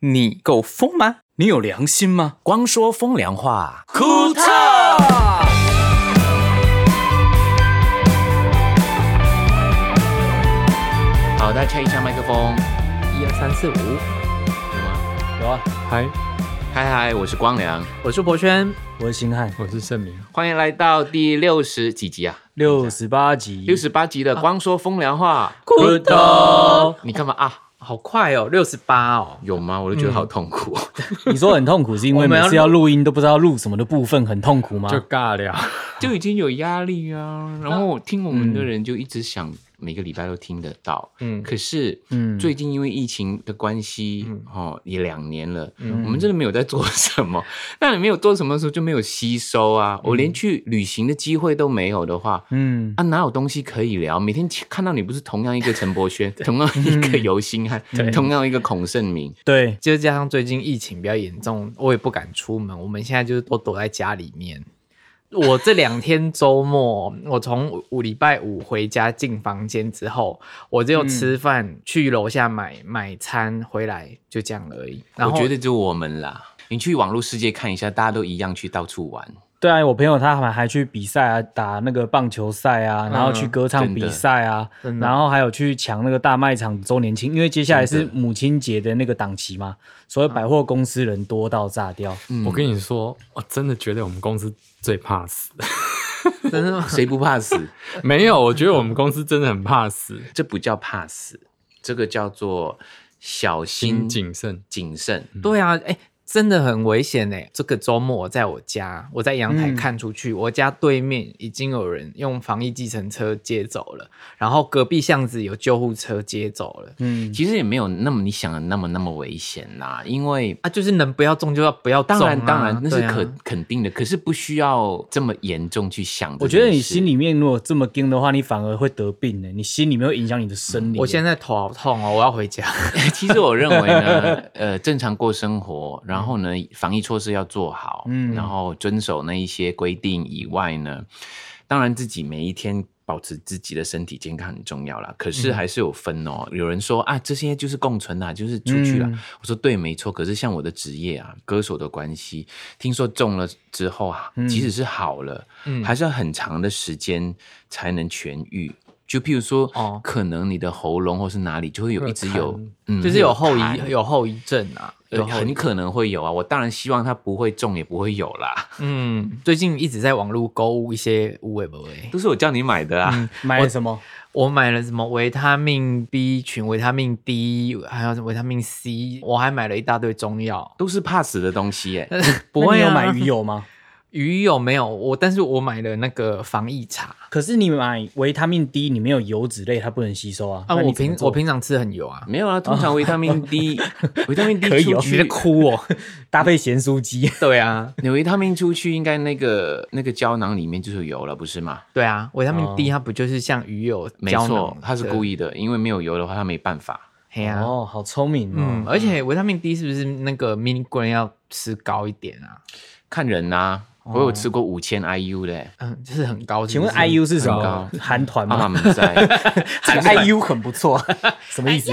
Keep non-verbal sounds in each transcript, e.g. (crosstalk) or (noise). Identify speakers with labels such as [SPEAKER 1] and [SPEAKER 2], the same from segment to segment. [SPEAKER 1] 你够疯吗？你有良心吗？
[SPEAKER 2] 光说风凉话，
[SPEAKER 1] 库特。
[SPEAKER 2] 好，大家 check 一下麦克风，
[SPEAKER 3] 一二三四五，
[SPEAKER 2] 有吗？
[SPEAKER 3] 有啊。
[SPEAKER 4] 嗨，
[SPEAKER 2] 嗨嗨，我是光良，
[SPEAKER 3] 我是博轩，
[SPEAKER 4] 我是星汉，
[SPEAKER 5] 我是盛明，
[SPEAKER 2] 欢迎来到第六十几集啊，
[SPEAKER 4] 六十八集，
[SPEAKER 2] 六十八集的光说风凉话。
[SPEAKER 3] 酷豆，
[SPEAKER 2] 你干嘛啊？
[SPEAKER 3] 好快哦，六十八哦。
[SPEAKER 2] 有吗？我都觉得好痛苦哦。
[SPEAKER 4] 你说很痛苦是因为
[SPEAKER 3] 我
[SPEAKER 4] 每
[SPEAKER 3] 们要
[SPEAKER 4] 次要录音都不知道录什么的部分很痛苦吗？
[SPEAKER 5] 就尬聊。
[SPEAKER 2] 就已经有压力啊。然后听我们的人就一直想每个礼拜都听得到，嗯，可是，嗯，
[SPEAKER 4] 嗯
[SPEAKER 2] 最近因为疫情的关系，哦，也两年了，我们真的没有在做什么。那你没有做什么的时候就没有吸收啊，我连去旅行的机会都没有的话。
[SPEAKER 4] 嗯，
[SPEAKER 2] 啊，哪有东西可以聊？每天看到你不是同样一个陈柏轩，同样一个游星汉，同样一个孔圣明，
[SPEAKER 4] 对，
[SPEAKER 3] 就加上最近疫情比较严重，我也不敢出门，我们现在就是都躲在家里面。我这两天周末，我从五礼拜五回家进房间之后，我只有吃饭、去楼下买买餐回来，就这样而已。然
[SPEAKER 2] 我
[SPEAKER 3] 后
[SPEAKER 2] 觉得就我们啦。你去网络世界看一下，大家都一样去到处玩。
[SPEAKER 4] 对啊，我朋友他还还去比赛啊，打那个棒球赛啊，然后
[SPEAKER 3] 嗯
[SPEAKER 4] 去歌唱比赛啊，
[SPEAKER 3] 真的
[SPEAKER 4] 然后还有去抢那个大卖场周年庆，因为接下来是母亲节的那个档期嘛，所以百货公司人多到炸掉。
[SPEAKER 2] 嗯
[SPEAKER 5] 我跟你说，我真的觉得我们公司最怕死。 (laughs)
[SPEAKER 3] 真的吗
[SPEAKER 2] 谁不怕死？ (laughs)
[SPEAKER 5] 没有，我觉得我们公司真的很怕死，
[SPEAKER 2] 这不叫怕死，这个叫做小心
[SPEAKER 5] 心谨慎。
[SPEAKER 2] 谨慎。
[SPEAKER 3] 对啊，哎、真的很危险哎、这个周末我在我家，我在阳台看出去，我家对面已经有人用防疫计程车接走了，然后隔壁巷子有救护车接走了。
[SPEAKER 4] 嗯，
[SPEAKER 2] 其实也没有那么你想的那么那么危险啦，因为
[SPEAKER 3] 啊，就是能不要中就要不要中、
[SPEAKER 2] 当
[SPEAKER 3] 啊，
[SPEAKER 2] 然当然那是
[SPEAKER 3] 对啊
[SPEAKER 2] 肯、肯定的，可是不需要这么严重去想这件事。
[SPEAKER 4] 我觉得你心里面如果这么硬的话，你反而会得病欸呢、你心里面会影响你的生理。
[SPEAKER 3] 嗯我现在头好痛哦，我要回家。
[SPEAKER 2] (laughs) 其实我认
[SPEAKER 4] (laughs)
[SPEAKER 2] 为呢，呃，正常过生活，然后呢，防疫措施要做好，嗯，
[SPEAKER 4] 嗯
[SPEAKER 2] 然后遵守那一些规定以外呢，当然自己每一天保持自己的身体健康很重要啦。可
[SPEAKER 4] 嗯
[SPEAKER 2] 是还是有分哦，有人说啊，这些就是共存啦，就是出去啦。
[SPEAKER 4] 嗯
[SPEAKER 2] 我说对，没错。可是像我的职业啊，歌手的关系，听说中了之后啊，
[SPEAKER 4] 嗯
[SPEAKER 2] 即使是好了，
[SPEAKER 3] (laughs) 嗯
[SPEAKER 2] 还是要很长的时间才能痊愈。就譬如说，
[SPEAKER 3] 哦
[SPEAKER 2] 可能你的喉咙或是哪里就会有一直有
[SPEAKER 5] 会有痰，
[SPEAKER 2] 嗯，
[SPEAKER 3] 就是有后
[SPEAKER 2] 痰
[SPEAKER 3] 遗有后遗症啊，
[SPEAKER 2] 呃
[SPEAKER 3] 有后
[SPEAKER 2] 很
[SPEAKER 3] 遗。
[SPEAKER 2] 可能会有啊。我当然希望它不会中，也不会有啦，
[SPEAKER 3] 嗯，最近一直在网络购物一些无为不为，
[SPEAKER 2] 都是我叫你买的啊。
[SPEAKER 3] 嗯
[SPEAKER 4] 买了什么？
[SPEAKER 3] 我买了什么维他命 B 群、维他命 D，还有什么维他命 C，我还买了一大堆中药。
[SPEAKER 2] 都是怕死的东西
[SPEAKER 3] (laughs)
[SPEAKER 2] 耶、
[SPEAKER 3] 不
[SPEAKER 4] 那
[SPEAKER 3] 会、
[SPEAKER 4] 你
[SPEAKER 3] 啊、
[SPEAKER 4] 有买鱼油吗？
[SPEAKER 3] 鱼油没有我，但是我买了那个防疫茶
[SPEAKER 4] 可是你买维他命 D 里面有油脂类，它不能吸收啊。
[SPEAKER 3] 啊，
[SPEAKER 4] 那
[SPEAKER 3] 我
[SPEAKER 4] 你怎
[SPEAKER 3] 平
[SPEAKER 4] 么做
[SPEAKER 3] 我平常吃很油啊，
[SPEAKER 2] 没有啊，通常维他命
[SPEAKER 3] (laughs)
[SPEAKER 2] D，维他命 D
[SPEAKER 4] 可以
[SPEAKER 2] 出
[SPEAKER 4] 哦，
[SPEAKER 2] 去，
[SPEAKER 4] 哭哦，搭配咸酥鸡。
[SPEAKER 3] 对啊，
[SPEAKER 2] (laughs) 你维他命出去应该那个那个胶囊里面就是有油了，不是吗？
[SPEAKER 3] 对啊，维他命
[SPEAKER 4] 哦
[SPEAKER 3] D 它不就是像鱼油
[SPEAKER 2] 没
[SPEAKER 3] 胶
[SPEAKER 2] 错
[SPEAKER 3] 囊，
[SPEAKER 2] 他是故
[SPEAKER 3] 意，
[SPEAKER 2] 意的，因为没有油的话，他没办法。
[SPEAKER 3] 嘿啊，
[SPEAKER 4] 哦，好聪明
[SPEAKER 3] 嗯，
[SPEAKER 4] 哦。
[SPEAKER 3] 而且维他命 D 是不是那个 mini g r a m 要吃高一点啊？
[SPEAKER 2] 看人呐、
[SPEAKER 3] 哦
[SPEAKER 2] 我有吃过五千 IU 的、欸，
[SPEAKER 3] 嗯，就是很高是
[SPEAKER 4] 请
[SPEAKER 3] 不
[SPEAKER 4] 问
[SPEAKER 3] 是。
[SPEAKER 4] IU 是什么
[SPEAKER 2] 很啊
[SPEAKER 4] 韩团
[SPEAKER 2] 阿
[SPEAKER 4] 吗？
[SPEAKER 2] 们在
[SPEAKER 4] 这个 IU 很不错，什么意思？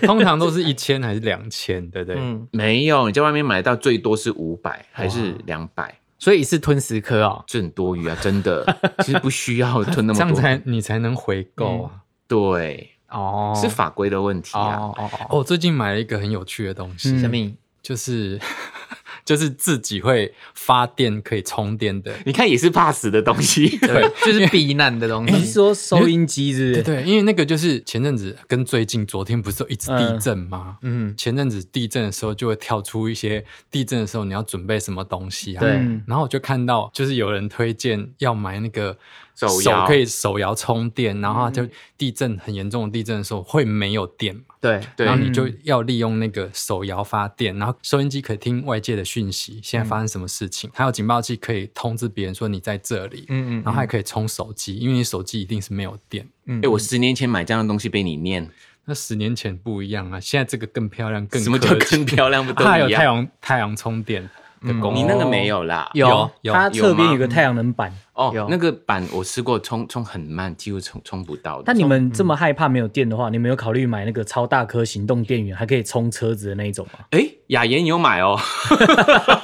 [SPEAKER 5] 通常都是一千还是两千，对不对？
[SPEAKER 3] 嗯，
[SPEAKER 2] 没有，你在外面买到最多是五百还是两百，
[SPEAKER 3] 所以一次吞十颗哦。
[SPEAKER 2] 这很多余啊，真的，其实不需要吞那
[SPEAKER 5] 这样
[SPEAKER 2] 么多。
[SPEAKER 5] 才你才能回购啊。
[SPEAKER 2] 对，
[SPEAKER 3] 哦，
[SPEAKER 2] 是法规的问题啊。
[SPEAKER 3] 哦哦哦，
[SPEAKER 5] 哦我嗯最近买了一个很有趣的东西，
[SPEAKER 3] 小米，
[SPEAKER 5] 就是 (laughs) 就是自己会发电可以充电的。
[SPEAKER 2] 你看也是怕死的东西，
[SPEAKER 3] 对，就是避难的东
[SPEAKER 4] 你 (laughs) 是
[SPEAKER 3] 西。
[SPEAKER 4] 说收音机是不
[SPEAKER 5] 对
[SPEAKER 4] 是？
[SPEAKER 5] 对，因为那个就是前阵子跟最近昨天不是都一直地
[SPEAKER 4] 嗯
[SPEAKER 5] 震吗？
[SPEAKER 3] 嗯，
[SPEAKER 5] 前阵子地震的时候，就会跳出一些地震的时候你要准备什么东西啊？
[SPEAKER 3] 对
[SPEAKER 4] 嗯
[SPEAKER 5] 然后我就看到，就是有人推荐要买那个
[SPEAKER 2] 手摇
[SPEAKER 5] 手可以手摇充电，然后它就地震很严重的地震的时候会没有电嘛，
[SPEAKER 3] 对，
[SPEAKER 2] 对
[SPEAKER 5] 然后你就要利用那个手摇发电，然后收音机可以听外界的讯息，现在发生什么事情，还有警报器可以通知别人说你在这里，
[SPEAKER 3] 嗯嗯
[SPEAKER 5] 然后还可以充手机，因为你手机一定是没有电。
[SPEAKER 3] 嗯
[SPEAKER 2] 哎、，我十年前买这样的东西被你念，
[SPEAKER 5] 那十年前不一样啊，现在这个更漂亮，更
[SPEAKER 2] 什么叫
[SPEAKER 5] 科技
[SPEAKER 2] 更漂亮不都
[SPEAKER 5] 它 (laughs) 还有
[SPEAKER 2] 一
[SPEAKER 5] 太
[SPEAKER 2] 样？嗯
[SPEAKER 5] 阳太阳充电的功能。
[SPEAKER 2] 你那个没有啦，
[SPEAKER 3] 有
[SPEAKER 5] 有
[SPEAKER 4] 它侧边有个太阳能板，
[SPEAKER 2] 哦哦
[SPEAKER 3] 有，
[SPEAKER 2] 那个板我试过充充很慢，几乎充充不到的。
[SPEAKER 4] 但你们这么害怕没有电的话，你们有考虑买那个超大颗行动电源，还可以充车子的那一种吗？
[SPEAKER 2] 哎，雅妍有买哦，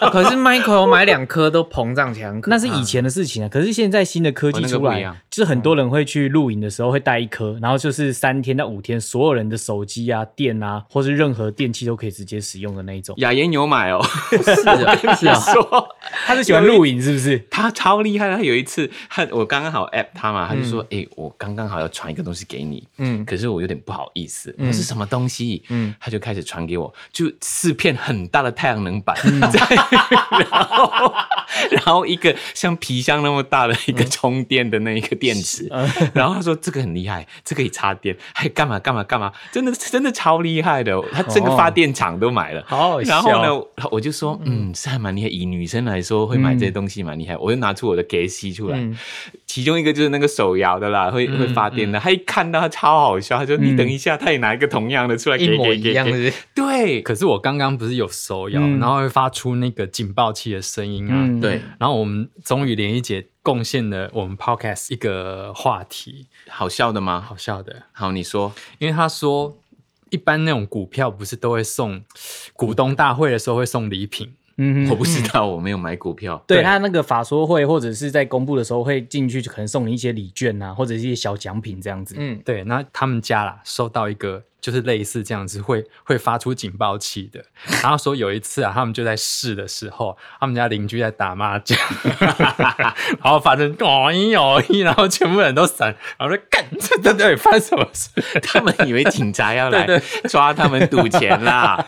[SPEAKER 3] 哦可是 Michael 买两颗都膨胀起来很可怕，
[SPEAKER 4] 那是以前的事情啊，可是现在新的科技
[SPEAKER 2] 哦那个
[SPEAKER 4] 出
[SPEAKER 2] 不一
[SPEAKER 4] 来，
[SPEAKER 2] 样
[SPEAKER 4] 就是很多人会去露营的时候会带一颗，然后就是三天到五天，所有人的手机啊、电啊，或是任何电器都可以直接使用的那一种。
[SPEAKER 2] 雅妍有买哦。
[SPEAKER 3] (laughs) 是啊，是啊，
[SPEAKER 2] 说
[SPEAKER 4] (laughs) 他是喜欢露营是不是？
[SPEAKER 2] 他超厉害，他有一次，他我刚刚好 app 他嘛，他就说，哎、我刚刚好要传一个东西给你，
[SPEAKER 3] 嗯
[SPEAKER 2] 可是我有点不好意思，我说是什么东西？
[SPEAKER 3] 嗯
[SPEAKER 2] 嗯，他就开始传给我，就四片很大的太阳能板， (laughs) 在然后 (laughs) 然后一个像皮箱那么大的一个充电的那一个电池，然后他说这个很厉害，这个可以插电，还干嘛干嘛干嘛，真的真的超厉害的，他整个发电厂都买了，
[SPEAKER 3] 好好笑
[SPEAKER 2] 然后呢，我就说，嗯，是还蛮厉害，以女生来说会买这些东西蛮厉害，我就拿出我的 g a y 出来。
[SPEAKER 3] 嗯
[SPEAKER 2] 其中一个就是那个手摇的啦，会会发电的。他一看到他超好笑，他说：“你等一下，他也拿一个同样的出来
[SPEAKER 3] 一
[SPEAKER 2] 给
[SPEAKER 3] 模
[SPEAKER 2] 给
[SPEAKER 3] 一
[SPEAKER 2] 给
[SPEAKER 3] 样
[SPEAKER 2] 给。
[SPEAKER 3] 是”
[SPEAKER 2] 对，
[SPEAKER 5] 可是我刚刚不是有手摇，
[SPEAKER 4] 嗯
[SPEAKER 5] 然后会发出那个警报器的声音啊。
[SPEAKER 4] 嗯
[SPEAKER 2] 对，
[SPEAKER 5] 然后我们终于连一姐贡献了我们 podcast 一个话题，
[SPEAKER 2] 好笑的吗？
[SPEAKER 5] 好笑的，
[SPEAKER 2] 好，你说
[SPEAKER 5] 因为他说一般那种股票不是都会送股东大会的时候会送礼品，
[SPEAKER 4] 嗯
[SPEAKER 2] 我
[SPEAKER 4] 哼，
[SPEAKER 2] 不知道，我没有买股票。
[SPEAKER 4] 对
[SPEAKER 5] 对
[SPEAKER 4] 他那个法说会或者是在公布的时候会进去，可能送你一些礼券啊，或者是一些小奖品这样子。
[SPEAKER 3] 嗯，
[SPEAKER 5] 对，那他们家啦收到一个就是类似这样子会会发出警报器的，然后说有一次啊，他们就在试的时候，他们家邻居在打麻将， (laughs) 然后发生哦一哦一，然后全部人都闪，然后说干这这到底发生什么事？ (laughs)
[SPEAKER 2] 他们以为警察要来抓他们赌钱啦，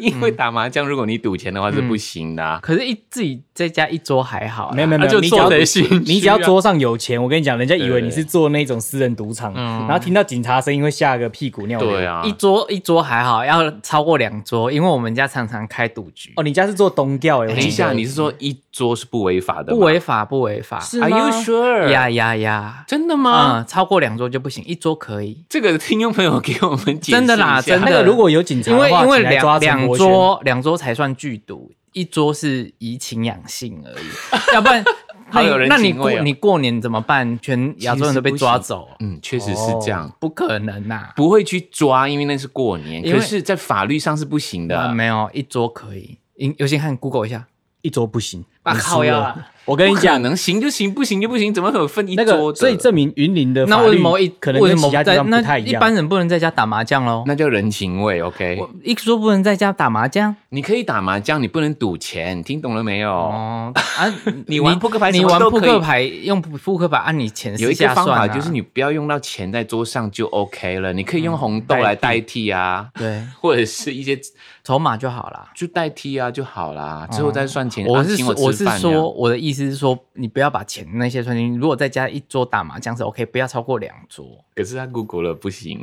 [SPEAKER 2] 因为打麻将，如果你赌钱的话是不行的啊。
[SPEAKER 3] 可是一自己在家一桌还好啦，
[SPEAKER 4] 没有没有没
[SPEAKER 5] 那
[SPEAKER 4] 有，
[SPEAKER 5] 就
[SPEAKER 4] 你只要
[SPEAKER 5] 做贼心虚啊
[SPEAKER 4] 你只要桌上有钱，我跟你讲，人家以为
[SPEAKER 2] 对
[SPEAKER 4] 你是做那种私人赌场，然后听到警察声音会吓个屁股尿流。
[SPEAKER 2] 对啊
[SPEAKER 3] 一，桌一桌还好，要超过两桌，因为我们家常常开赌局，
[SPEAKER 4] 哦，你家是做东调哎，我
[SPEAKER 2] 等
[SPEAKER 4] 记得
[SPEAKER 2] 一下，你是说一桌是不违法的？
[SPEAKER 3] 不违。法不违法，
[SPEAKER 4] 是
[SPEAKER 2] Are
[SPEAKER 4] 吗
[SPEAKER 2] you sure？
[SPEAKER 3] 呀呀呀，
[SPEAKER 2] 真的吗？
[SPEAKER 3] 嗯，超过两桌就不行，一桌可以。
[SPEAKER 2] 这个听众朋友给我们解释一下
[SPEAKER 3] 真的啦真的
[SPEAKER 4] 那个如果有警察
[SPEAKER 3] 因为
[SPEAKER 4] 的话，
[SPEAKER 3] 因为
[SPEAKER 4] 请来抓
[SPEAKER 3] 两
[SPEAKER 4] 陈
[SPEAKER 3] 两
[SPEAKER 4] 柏轩
[SPEAKER 3] 桌两桌才算剧毒，一桌是怡情养性而 (laughs) 已，要不然
[SPEAKER 2] 好有人
[SPEAKER 3] 那你
[SPEAKER 2] 情
[SPEAKER 3] 过
[SPEAKER 2] 味哦
[SPEAKER 3] 你过年怎么办？全亚洲人都被抓走，
[SPEAKER 2] 嗯，确实是这样。
[SPEAKER 3] 不可能啊呐、
[SPEAKER 2] 不会去抓，因为那是过年。
[SPEAKER 3] 因为
[SPEAKER 2] 可是，在法律上是不行的。
[SPEAKER 3] 啊没有一桌可以，尤尤其看 Google 一下，
[SPEAKER 4] 一桌不行，
[SPEAKER 3] 啊
[SPEAKER 4] 你输
[SPEAKER 3] 靠腰
[SPEAKER 4] 了
[SPEAKER 3] 啊
[SPEAKER 4] 我跟你
[SPEAKER 2] 不可
[SPEAKER 4] 讲。
[SPEAKER 2] 能行就行，不行就不行，怎么可能分一
[SPEAKER 4] 那
[SPEAKER 2] 桌的？
[SPEAKER 4] 个，所以证明云林的
[SPEAKER 3] 那
[SPEAKER 4] 法
[SPEAKER 3] 为
[SPEAKER 4] 律
[SPEAKER 3] 什么一
[SPEAKER 4] 可能
[SPEAKER 3] 为
[SPEAKER 4] 跟
[SPEAKER 3] 什么
[SPEAKER 4] 其他地
[SPEAKER 3] 在
[SPEAKER 4] 方
[SPEAKER 3] 那
[SPEAKER 4] 不太一
[SPEAKER 3] 一
[SPEAKER 4] 样。
[SPEAKER 3] 般人不能在家打麻将喽？
[SPEAKER 2] 那叫人情味。OK，
[SPEAKER 3] 我一桌不能在家打麻将
[SPEAKER 2] 你可以打麻将，你不能赌钱，听懂了没有？！
[SPEAKER 3] 哦啊
[SPEAKER 2] (laughs) 你玩扑克牌
[SPEAKER 3] 你
[SPEAKER 2] 什么
[SPEAKER 3] 玩
[SPEAKER 2] 都
[SPEAKER 3] 扑
[SPEAKER 2] 可以
[SPEAKER 3] 克牌用扑克牌按你钱
[SPEAKER 2] 有
[SPEAKER 3] 私
[SPEAKER 2] 一个
[SPEAKER 3] 下
[SPEAKER 2] 方
[SPEAKER 3] 算
[SPEAKER 2] 法
[SPEAKER 3] 啊，
[SPEAKER 2] 就是你不要用到钱在桌上就 OK 了，你可以用红豆
[SPEAKER 3] 嗯代替
[SPEAKER 2] 来代替啊， (laughs)
[SPEAKER 3] 对
[SPEAKER 2] 或者是一些
[SPEAKER 3] 筹码就好啦。
[SPEAKER 2] 就代替啊就好啦，之后再算钱。
[SPEAKER 3] 哦我
[SPEAKER 2] 啊
[SPEAKER 3] 是
[SPEAKER 2] 请
[SPEAKER 3] 说
[SPEAKER 2] 我吃
[SPEAKER 3] 是
[SPEAKER 2] 饭这样
[SPEAKER 3] 说，我的意思是说，你不要把钱那些算进去。如果在家一桌打麻将是 OK，不要超过两桌，
[SPEAKER 2] 可是他 Google 了不行，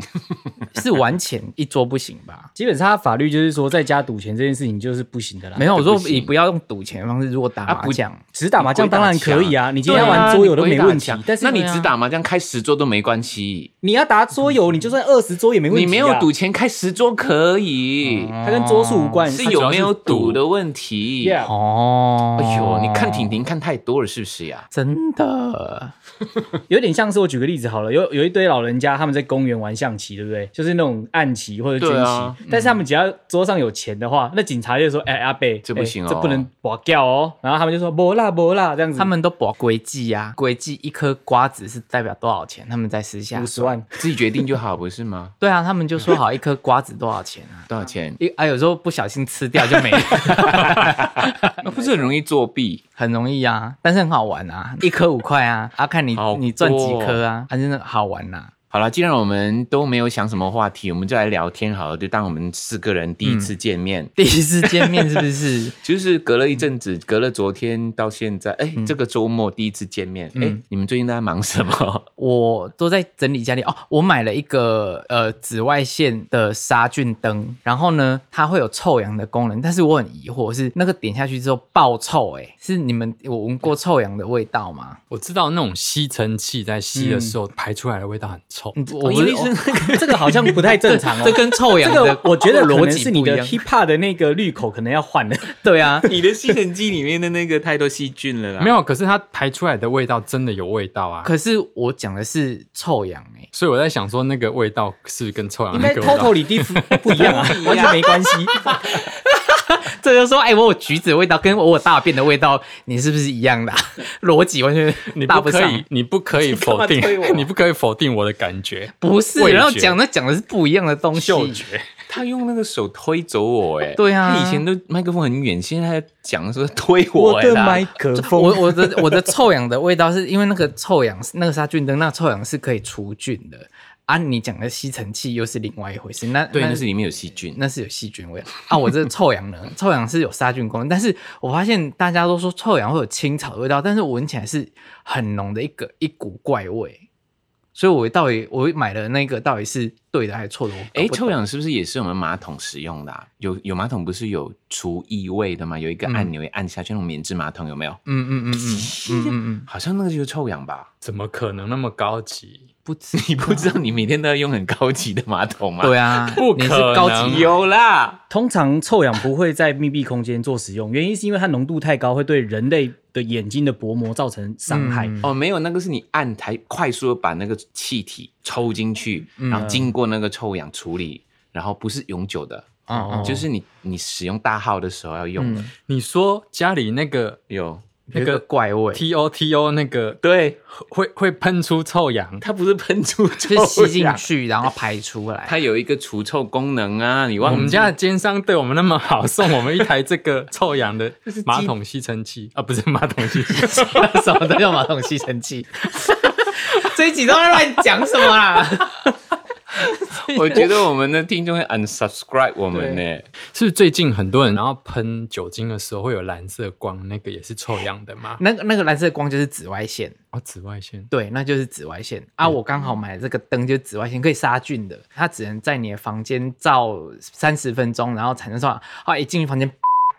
[SPEAKER 3] 是玩钱一桌不行吧？
[SPEAKER 2] (laughs)
[SPEAKER 4] 基本上它法律就是说，在家赌钱这件事情就是不行的啦。
[SPEAKER 3] 没有，我说
[SPEAKER 2] 啊不行
[SPEAKER 3] 以不要用赌钱的方式，如果打
[SPEAKER 2] 啊
[SPEAKER 3] 麻
[SPEAKER 2] 不
[SPEAKER 3] 将，
[SPEAKER 4] 只打麻将当然可以啊，你今天要
[SPEAKER 2] 对啊
[SPEAKER 4] 玩桌游
[SPEAKER 2] 你
[SPEAKER 4] 都没
[SPEAKER 2] 鬼打
[SPEAKER 4] 问题
[SPEAKER 2] 墙，
[SPEAKER 4] 但是啊
[SPEAKER 2] 那你只打麻将开十桌都没关系。
[SPEAKER 4] 你要打桌游，你就算二十桌也没问题、啊。嗯
[SPEAKER 2] 你没有赌，钱开十桌可以，
[SPEAKER 4] 它跟桌数无关。
[SPEAKER 2] 哦是
[SPEAKER 4] 它
[SPEAKER 2] 有没有赌的问题。
[SPEAKER 4] Yeah
[SPEAKER 3] 哦，
[SPEAKER 2] 哎呦，你看婷婷看太多了是不是
[SPEAKER 4] (laughs)
[SPEAKER 2] 呀、
[SPEAKER 3] 真的，
[SPEAKER 4] 有点像是我举个例子好了，有有一堆老人家他们在公园玩象棋，对不对？就是那种暗棋或者军棋，
[SPEAKER 2] 对啊
[SPEAKER 4] 但是他们只要桌上有钱的话，那警察就说：“哎、阿贝，
[SPEAKER 2] 这不行哦
[SPEAKER 4] 哎这不能bỏ 掉哦。”然后他们就说：“不啦不啦，这样子。”
[SPEAKER 3] 他们都把轨迹啊，轨迹一颗瓜子是代表多少钱？他们在私下
[SPEAKER 4] 五十万，
[SPEAKER 2] 自己决定就好，不是吗？
[SPEAKER 3] 对啊，他们就说好一颗瓜子多少钱啊？
[SPEAKER 2] 多少
[SPEAKER 4] (laughs)
[SPEAKER 2] 钱？
[SPEAKER 3] 一啊，有时候不小心吃掉就没了，
[SPEAKER 2] 那不是很容易作弊？
[SPEAKER 3] 很容易啊，但是很好玩啊，一颗五块啊，啊看你
[SPEAKER 2] 好多
[SPEAKER 3] 你赚几颗啊，啊真的好玩呐、
[SPEAKER 2] 好了，既然我们都没有想什么话题，我们就来聊天好了。就当我们四个人第一
[SPEAKER 4] 嗯
[SPEAKER 2] 次见面，
[SPEAKER 3] 第一次见面是不是？
[SPEAKER 2] 就是隔了一阵子，
[SPEAKER 4] 嗯
[SPEAKER 2] 隔了昨天到现在，哎、这个周末第一次见面，哎、
[SPEAKER 4] 嗯
[SPEAKER 2] 你们最近都在忙什么？
[SPEAKER 3] 我都在整理家里哦，我买了一个呃紫外线的杀菌灯，然后呢，它会有臭氧的功能，但是我很疑惑，是那个点下去之后爆臭、欸，是你们我闻过臭氧的味道吗？
[SPEAKER 5] 我知道那种吸尘器在吸的时候排出来的味道很臭。
[SPEAKER 3] 我
[SPEAKER 4] 哦因为
[SPEAKER 3] 不是哦
[SPEAKER 4] 是这个好像不太正常哦。
[SPEAKER 3] 这跟臭
[SPEAKER 4] (laughs) 这
[SPEAKER 3] 氧的
[SPEAKER 4] 个我觉得可
[SPEAKER 3] 逻
[SPEAKER 4] 能
[SPEAKER 3] 辑
[SPEAKER 4] 是你
[SPEAKER 3] 不一
[SPEAKER 4] 的
[SPEAKER 3] 样。
[SPEAKER 4] hip hop 的那个滤口可能要换了。
[SPEAKER 3] 对啊，
[SPEAKER 2] 你的吸尘机里面的那个太多细菌了啦。
[SPEAKER 5] 没有，可是它排出来的味道真的有味道啊。
[SPEAKER 3] 可是我讲的是臭氧哎、
[SPEAKER 5] 所以我在想说，那个味道是跟臭氧
[SPEAKER 4] 应
[SPEAKER 5] 那
[SPEAKER 4] 该
[SPEAKER 5] 个味道
[SPEAKER 4] total 里地不一样啊，啊 (laughs) 完全没关系。
[SPEAKER 3] (laughs) 这就说哎、我有橘子的味道跟我有大便的味道，你是不是一样的啊、 (laughs) 逻辑完全
[SPEAKER 5] 你
[SPEAKER 3] 搭
[SPEAKER 5] 不
[SPEAKER 3] 不
[SPEAKER 5] 可
[SPEAKER 3] 上
[SPEAKER 5] 以。，你不可以否定，你不可以否定我的感觉，
[SPEAKER 3] 不是，
[SPEAKER 5] 味觉
[SPEAKER 3] 然后讲的讲的是不一样的东西。
[SPEAKER 5] 嗅觉。 (laughs)
[SPEAKER 2] 他用那个手推走我哎、
[SPEAKER 3] 对啊
[SPEAKER 2] 他以前都麦克风很远，现在他讲的时候推我
[SPEAKER 4] 我
[SPEAKER 2] 哎、
[SPEAKER 4] 的
[SPEAKER 2] 啦
[SPEAKER 4] 麦克风，
[SPEAKER 3] 我我的我的臭氧的味道是因为那个臭氧那个杀菌灯，那个臭氧是可以除菌的啊。你讲的吸尘器又是另外一回事，那
[SPEAKER 2] 对，那是里面有细菌。
[SPEAKER 3] 那是有细菌味啊。我这个臭氧呢，臭氧是有杀菌功能，但是我发现大家都说臭氧会有青草的味道，但是我闻起来是很浓的一个一股怪味，所以我到底我买的那个到底是对的还是错的？
[SPEAKER 2] 哎、
[SPEAKER 3] 哎，
[SPEAKER 2] 臭氧是不是也是我们马桶使用的、啊？有有马桶不是有除异味的吗？有一个按钮一按下去，那种免治马桶有没有？
[SPEAKER 3] 嗯嗯嗯嗯嗯嗯嗯，
[SPEAKER 2] 好像那个就是臭氧吧？
[SPEAKER 5] 怎么可能那么高级？
[SPEAKER 3] 不止
[SPEAKER 2] 你不知道你每天都要用很高级的马桶吗？
[SPEAKER 3] 对啊，
[SPEAKER 5] 不
[SPEAKER 3] 你是
[SPEAKER 5] 可能
[SPEAKER 3] 高级
[SPEAKER 2] 有啦，
[SPEAKER 4] 通常臭氧不会在密闭空间做使用，原因是因为它浓度太高，会对人类的眼睛的薄膜造成伤害。
[SPEAKER 3] 嗯
[SPEAKER 2] 哦，没有，那个是你按才快速的把那个气体抽进去，
[SPEAKER 3] 嗯
[SPEAKER 2] 然后经过那个臭氧处理，然后不是永久的，
[SPEAKER 3] 嗯嗯
[SPEAKER 2] 就是你你使用大号的时候要用的。
[SPEAKER 3] 嗯，
[SPEAKER 5] 你说家里那个
[SPEAKER 2] 有，
[SPEAKER 3] 有一个怪味。
[SPEAKER 5] T O T O 那个
[SPEAKER 2] 对，
[SPEAKER 5] 会会喷出臭氧，
[SPEAKER 3] 嗯
[SPEAKER 2] 它不是喷出臭
[SPEAKER 3] 就是吸进
[SPEAKER 2] 氧，
[SPEAKER 3] 去，然后排出来。
[SPEAKER 2] 它有一个除臭功能啊，你忘
[SPEAKER 5] 我们
[SPEAKER 2] 记
[SPEAKER 5] 家的奸商对我们那么好，送我们一台这个臭
[SPEAKER 3] (laughs)
[SPEAKER 5] 氧的马桶吸尘器啊，不是马桶吸尘器，
[SPEAKER 3] 什么都叫马桶吸尘器？ (laughs) 这一集都在乱讲什么啦？
[SPEAKER 2] (laughs) 我觉得我们的听众会 unsubscribe 我们呢、
[SPEAKER 5] 是不是最近很多人然后喷酒精的时候会有蓝色光，那个也是臭氧的吗？
[SPEAKER 3] 那个那个蓝色的光就是紫外线，
[SPEAKER 5] 哦，紫外线，
[SPEAKER 3] 对，那就是紫外线啊！我刚好买的这个灯就是紫外线，可以杀菌的，它只能在你的房间照三十分钟，然后产生说啊，一进去房间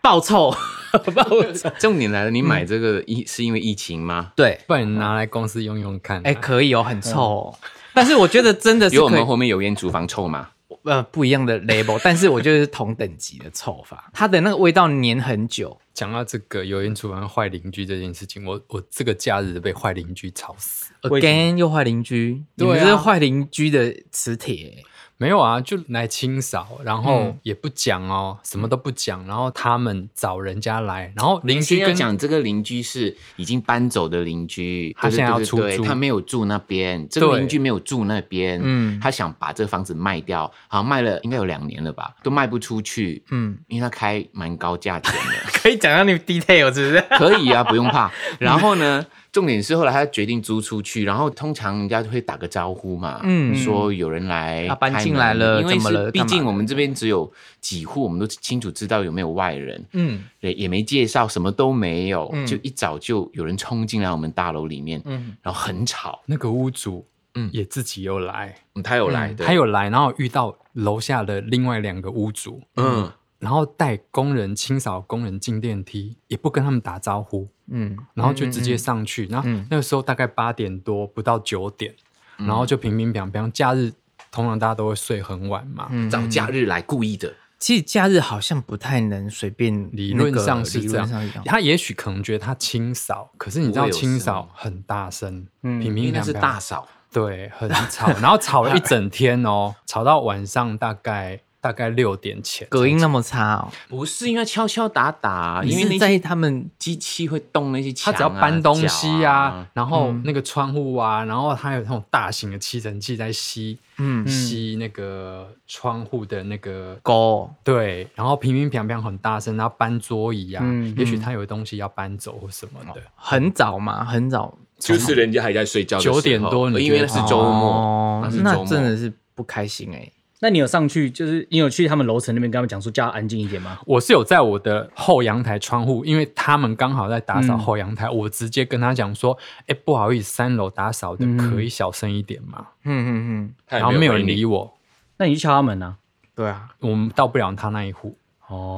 [SPEAKER 3] 爆臭， (laughs) 爆臭。
[SPEAKER 2] 重点来了，你买这个疫、是因为疫情吗？
[SPEAKER 3] 对，
[SPEAKER 5] 不然你拿来公司用用看、啊
[SPEAKER 3] 哎，可以哦，很臭哦。 (laughs) 但是我觉得真的是
[SPEAKER 2] 有我
[SPEAKER 3] 可以
[SPEAKER 2] 们后面有烟厨房臭吗？
[SPEAKER 3] 呃不一样的 label，但是我觉得是同等级的臭法，它的那个味道粘很久。
[SPEAKER 5] 讲到这个油烟厨房坏邻居这件事情，我我这个假日被坏邻居吵死。
[SPEAKER 4] 为什么
[SPEAKER 3] again 又坏邻居，你
[SPEAKER 5] 对啊
[SPEAKER 3] 们是坏邻居的磁铁、欸
[SPEAKER 5] 没有啊，就来清扫，然后
[SPEAKER 3] 嗯
[SPEAKER 5] 也不讲哦，什么都不讲，然后他们找人家来，然后邻
[SPEAKER 2] 先
[SPEAKER 5] 居
[SPEAKER 2] 要
[SPEAKER 5] 跟
[SPEAKER 2] 讲这个邻居是已经搬走的邻居，
[SPEAKER 5] 他
[SPEAKER 2] 对
[SPEAKER 5] 现在要
[SPEAKER 2] 对对
[SPEAKER 5] 出
[SPEAKER 2] 对
[SPEAKER 5] 租
[SPEAKER 2] 他没有住那边，这个
[SPEAKER 5] 对
[SPEAKER 2] 邻居没有住那边，
[SPEAKER 3] 嗯
[SPEAKER 2] 嗯，他想把这个房子卖掉，好像卖了应该有两年了吧，都卖不出去，
[SPEAKER 3] 嗯
[SPEAKER 2] 嗯，因为他开蛮高价钱的， (laughs)
[SPEAKER 3] 可以讲到你 detail 是不是？
[SPEAKER 2] 可以啊，不用怕。然后呢，重点是后来他决定租出去，然后通常人家会打个招呼嘛，
[SPEAKER 3] 嗯
[SPEAKER 2] 嗯，说有人来
[SPEAKER 3] 啊搬
[SPEAKER 2] 开门
[SPEAKER 3] 进来了
[SPEAKER 2] 因为
[SPEAKER 3] 怎么了
[SPEAKER 2] 是毕
[SPEAKER 3] 干嘛
[SPEAKER 2] 竟
[SPEAKER 3] 的
[SPEAKER 2] 我们这边只有几户，我们都清楚知道有没有外人，
[SPEAKER 3] 嗯
[SPEAKER 2] 对，也没介绍，什么都没有，
[SPEAKER 3] 嗯
[SPEAKER 2] 就一早就有人冲进来我们大楼里面，
[SPEAKER 3] 嗯，
[SPEAKER 2] 然后很吵。
[SPEAKER 5] 那个屋主，嗯
[SPEAKER 2] 嗯，
[SPEAKER 5] 也自己有来，
[SPEAKER 2] 嗯他有来，
[SPEAKER 3] 嗯
[SPEAKER 2] 对
[SPEAKER 5] 他，有来，然后遇到楼下的另外两个屋主，
[SPEAKER 2] 嗯，
[SPEAKER 5] 然后带工人清扫工人进电梯，也不跟他们打招呼，
[SPEAKER 3] 嗯，
[SPEAKER 5] 然后就直接上去。然后
[SPEAKER 3] 嗯
[SPEAKER 5] 那个时候大概八点多，不到九点，
[SPEAKER 2] 嗯
[SPEAKER 5] 然后就平平平平。假日通常大家都会睡很晚嘛，
[SPEAKER 3] 嗯
[SPEAKER 2] 找假日来故意的，
[SPEAKER 3] 其实假日好像不太能随便、
[SPEAKER 5] 理论上是
[SPEAKER 3] 理
[SPEAKER 5] 这
[SPEAKER 3] 论
[SPEAKER 5] 样
[SPEAKER 3] 上是这样。
[SPEAKER 5] 他也许可能觉得他清扫，可是你知道
[SPEAKER 2] 不会有
[SPEAKER 5] 清扫很大声，
[SPEAKER 4] 嗯
[SPEAKER 5] 平
[SPEAKER 2] 因为
[SPEAKER 5] 平
[SPEAKER 2] 那
[SPEAKER 5] 平
[SPEAKER 2] 是
[SPEAKER 5] 平，
[SPEAKER 2] 大嫂，
[SPEAKER 5] 对，很
[SPEAKER 2] (laughs)
[SPEAKER 5] 吵，然后吵了一整天哦，吵到晚上大概大概六点前，
[SPEAKER 3] 隔音那么差哦，
[SPEAKER 2] 不是因为敲敲打打，
[SPEAKER 3] 因
[SPEAKER 2] 因为
[SPEAKER 3] 为
[SPEAKER 2] 那
[SPEAKER 3] 在
[SPEAKER 2] 些
[SPEAKER 3] 他们
[SPEAKER 2] 机器会动那些
[SPEAKER 5] 他
[SPEAKER 2] 墙、啊，
[SPEAKER 5] 只要搬东西
[SPEAKER 2] 脚
[SPEAKER 5] 啊，
[SPEAKER 2] 啊，
[SPEAKER 5] 然后那个窗户啊，然后他有那种大型的吸尘器在吸，
[SPEAKER 3] 嗯
[SPEAKER 5] 吸那个窗户的那个，
[SPEAKER 3] 狗
[SPEAKER 5] 对，然后平平平平很大声，然后搬桌椅啊，
[SPEAKER 4] 嗯
[SPEAKER 5] 也许他有东西要搬走或什么的，
[SPEAKER 3] 很早嘛，很早
[SPEAKER 2] 就是人家还在睡觉的时候，
[SPEAKER 5] 9点多你
[SPEAKER 2] 因为
[SPEAKER 5] 觉
[SPEAKER 2] 那
[SPEAKER 5] 得
[SPEAKER 2] 是周末，
[SPEAKER 3] 哦
[SPEAKER 2] 那是
[SPEAKER 3] 那
[SPEAKER 2] 周末
[SPEAKER 3] 真的是不开心哎、
[SPEAKER 4] (laughs) 那你有上去，就是你有去他们楼层那边跟他们讲说叫他安静一点吗？
[SPEAKER 5] 我是有在我的后阳台窗户，因为他们刚好在打扫后阳台，我直接跟他讲说：“哎、不好意思，三楼打扫的可以小声一点嘛。
[SPEAKER 3] 嗯嗯嗯，
[SPEAKER 2] 他也
[SPEAKER 5] 然后没有
[SPEAKER 2] 回
[SPEAKER 5] 人
[SPEAKER 2] 你
[SPEAKER 5] 理我，
[SPEAKER 4] 那你去敲他门啊？
[SPEAKER 3] 对啊，
[SPEAKER 5] 我们到不了他那一户。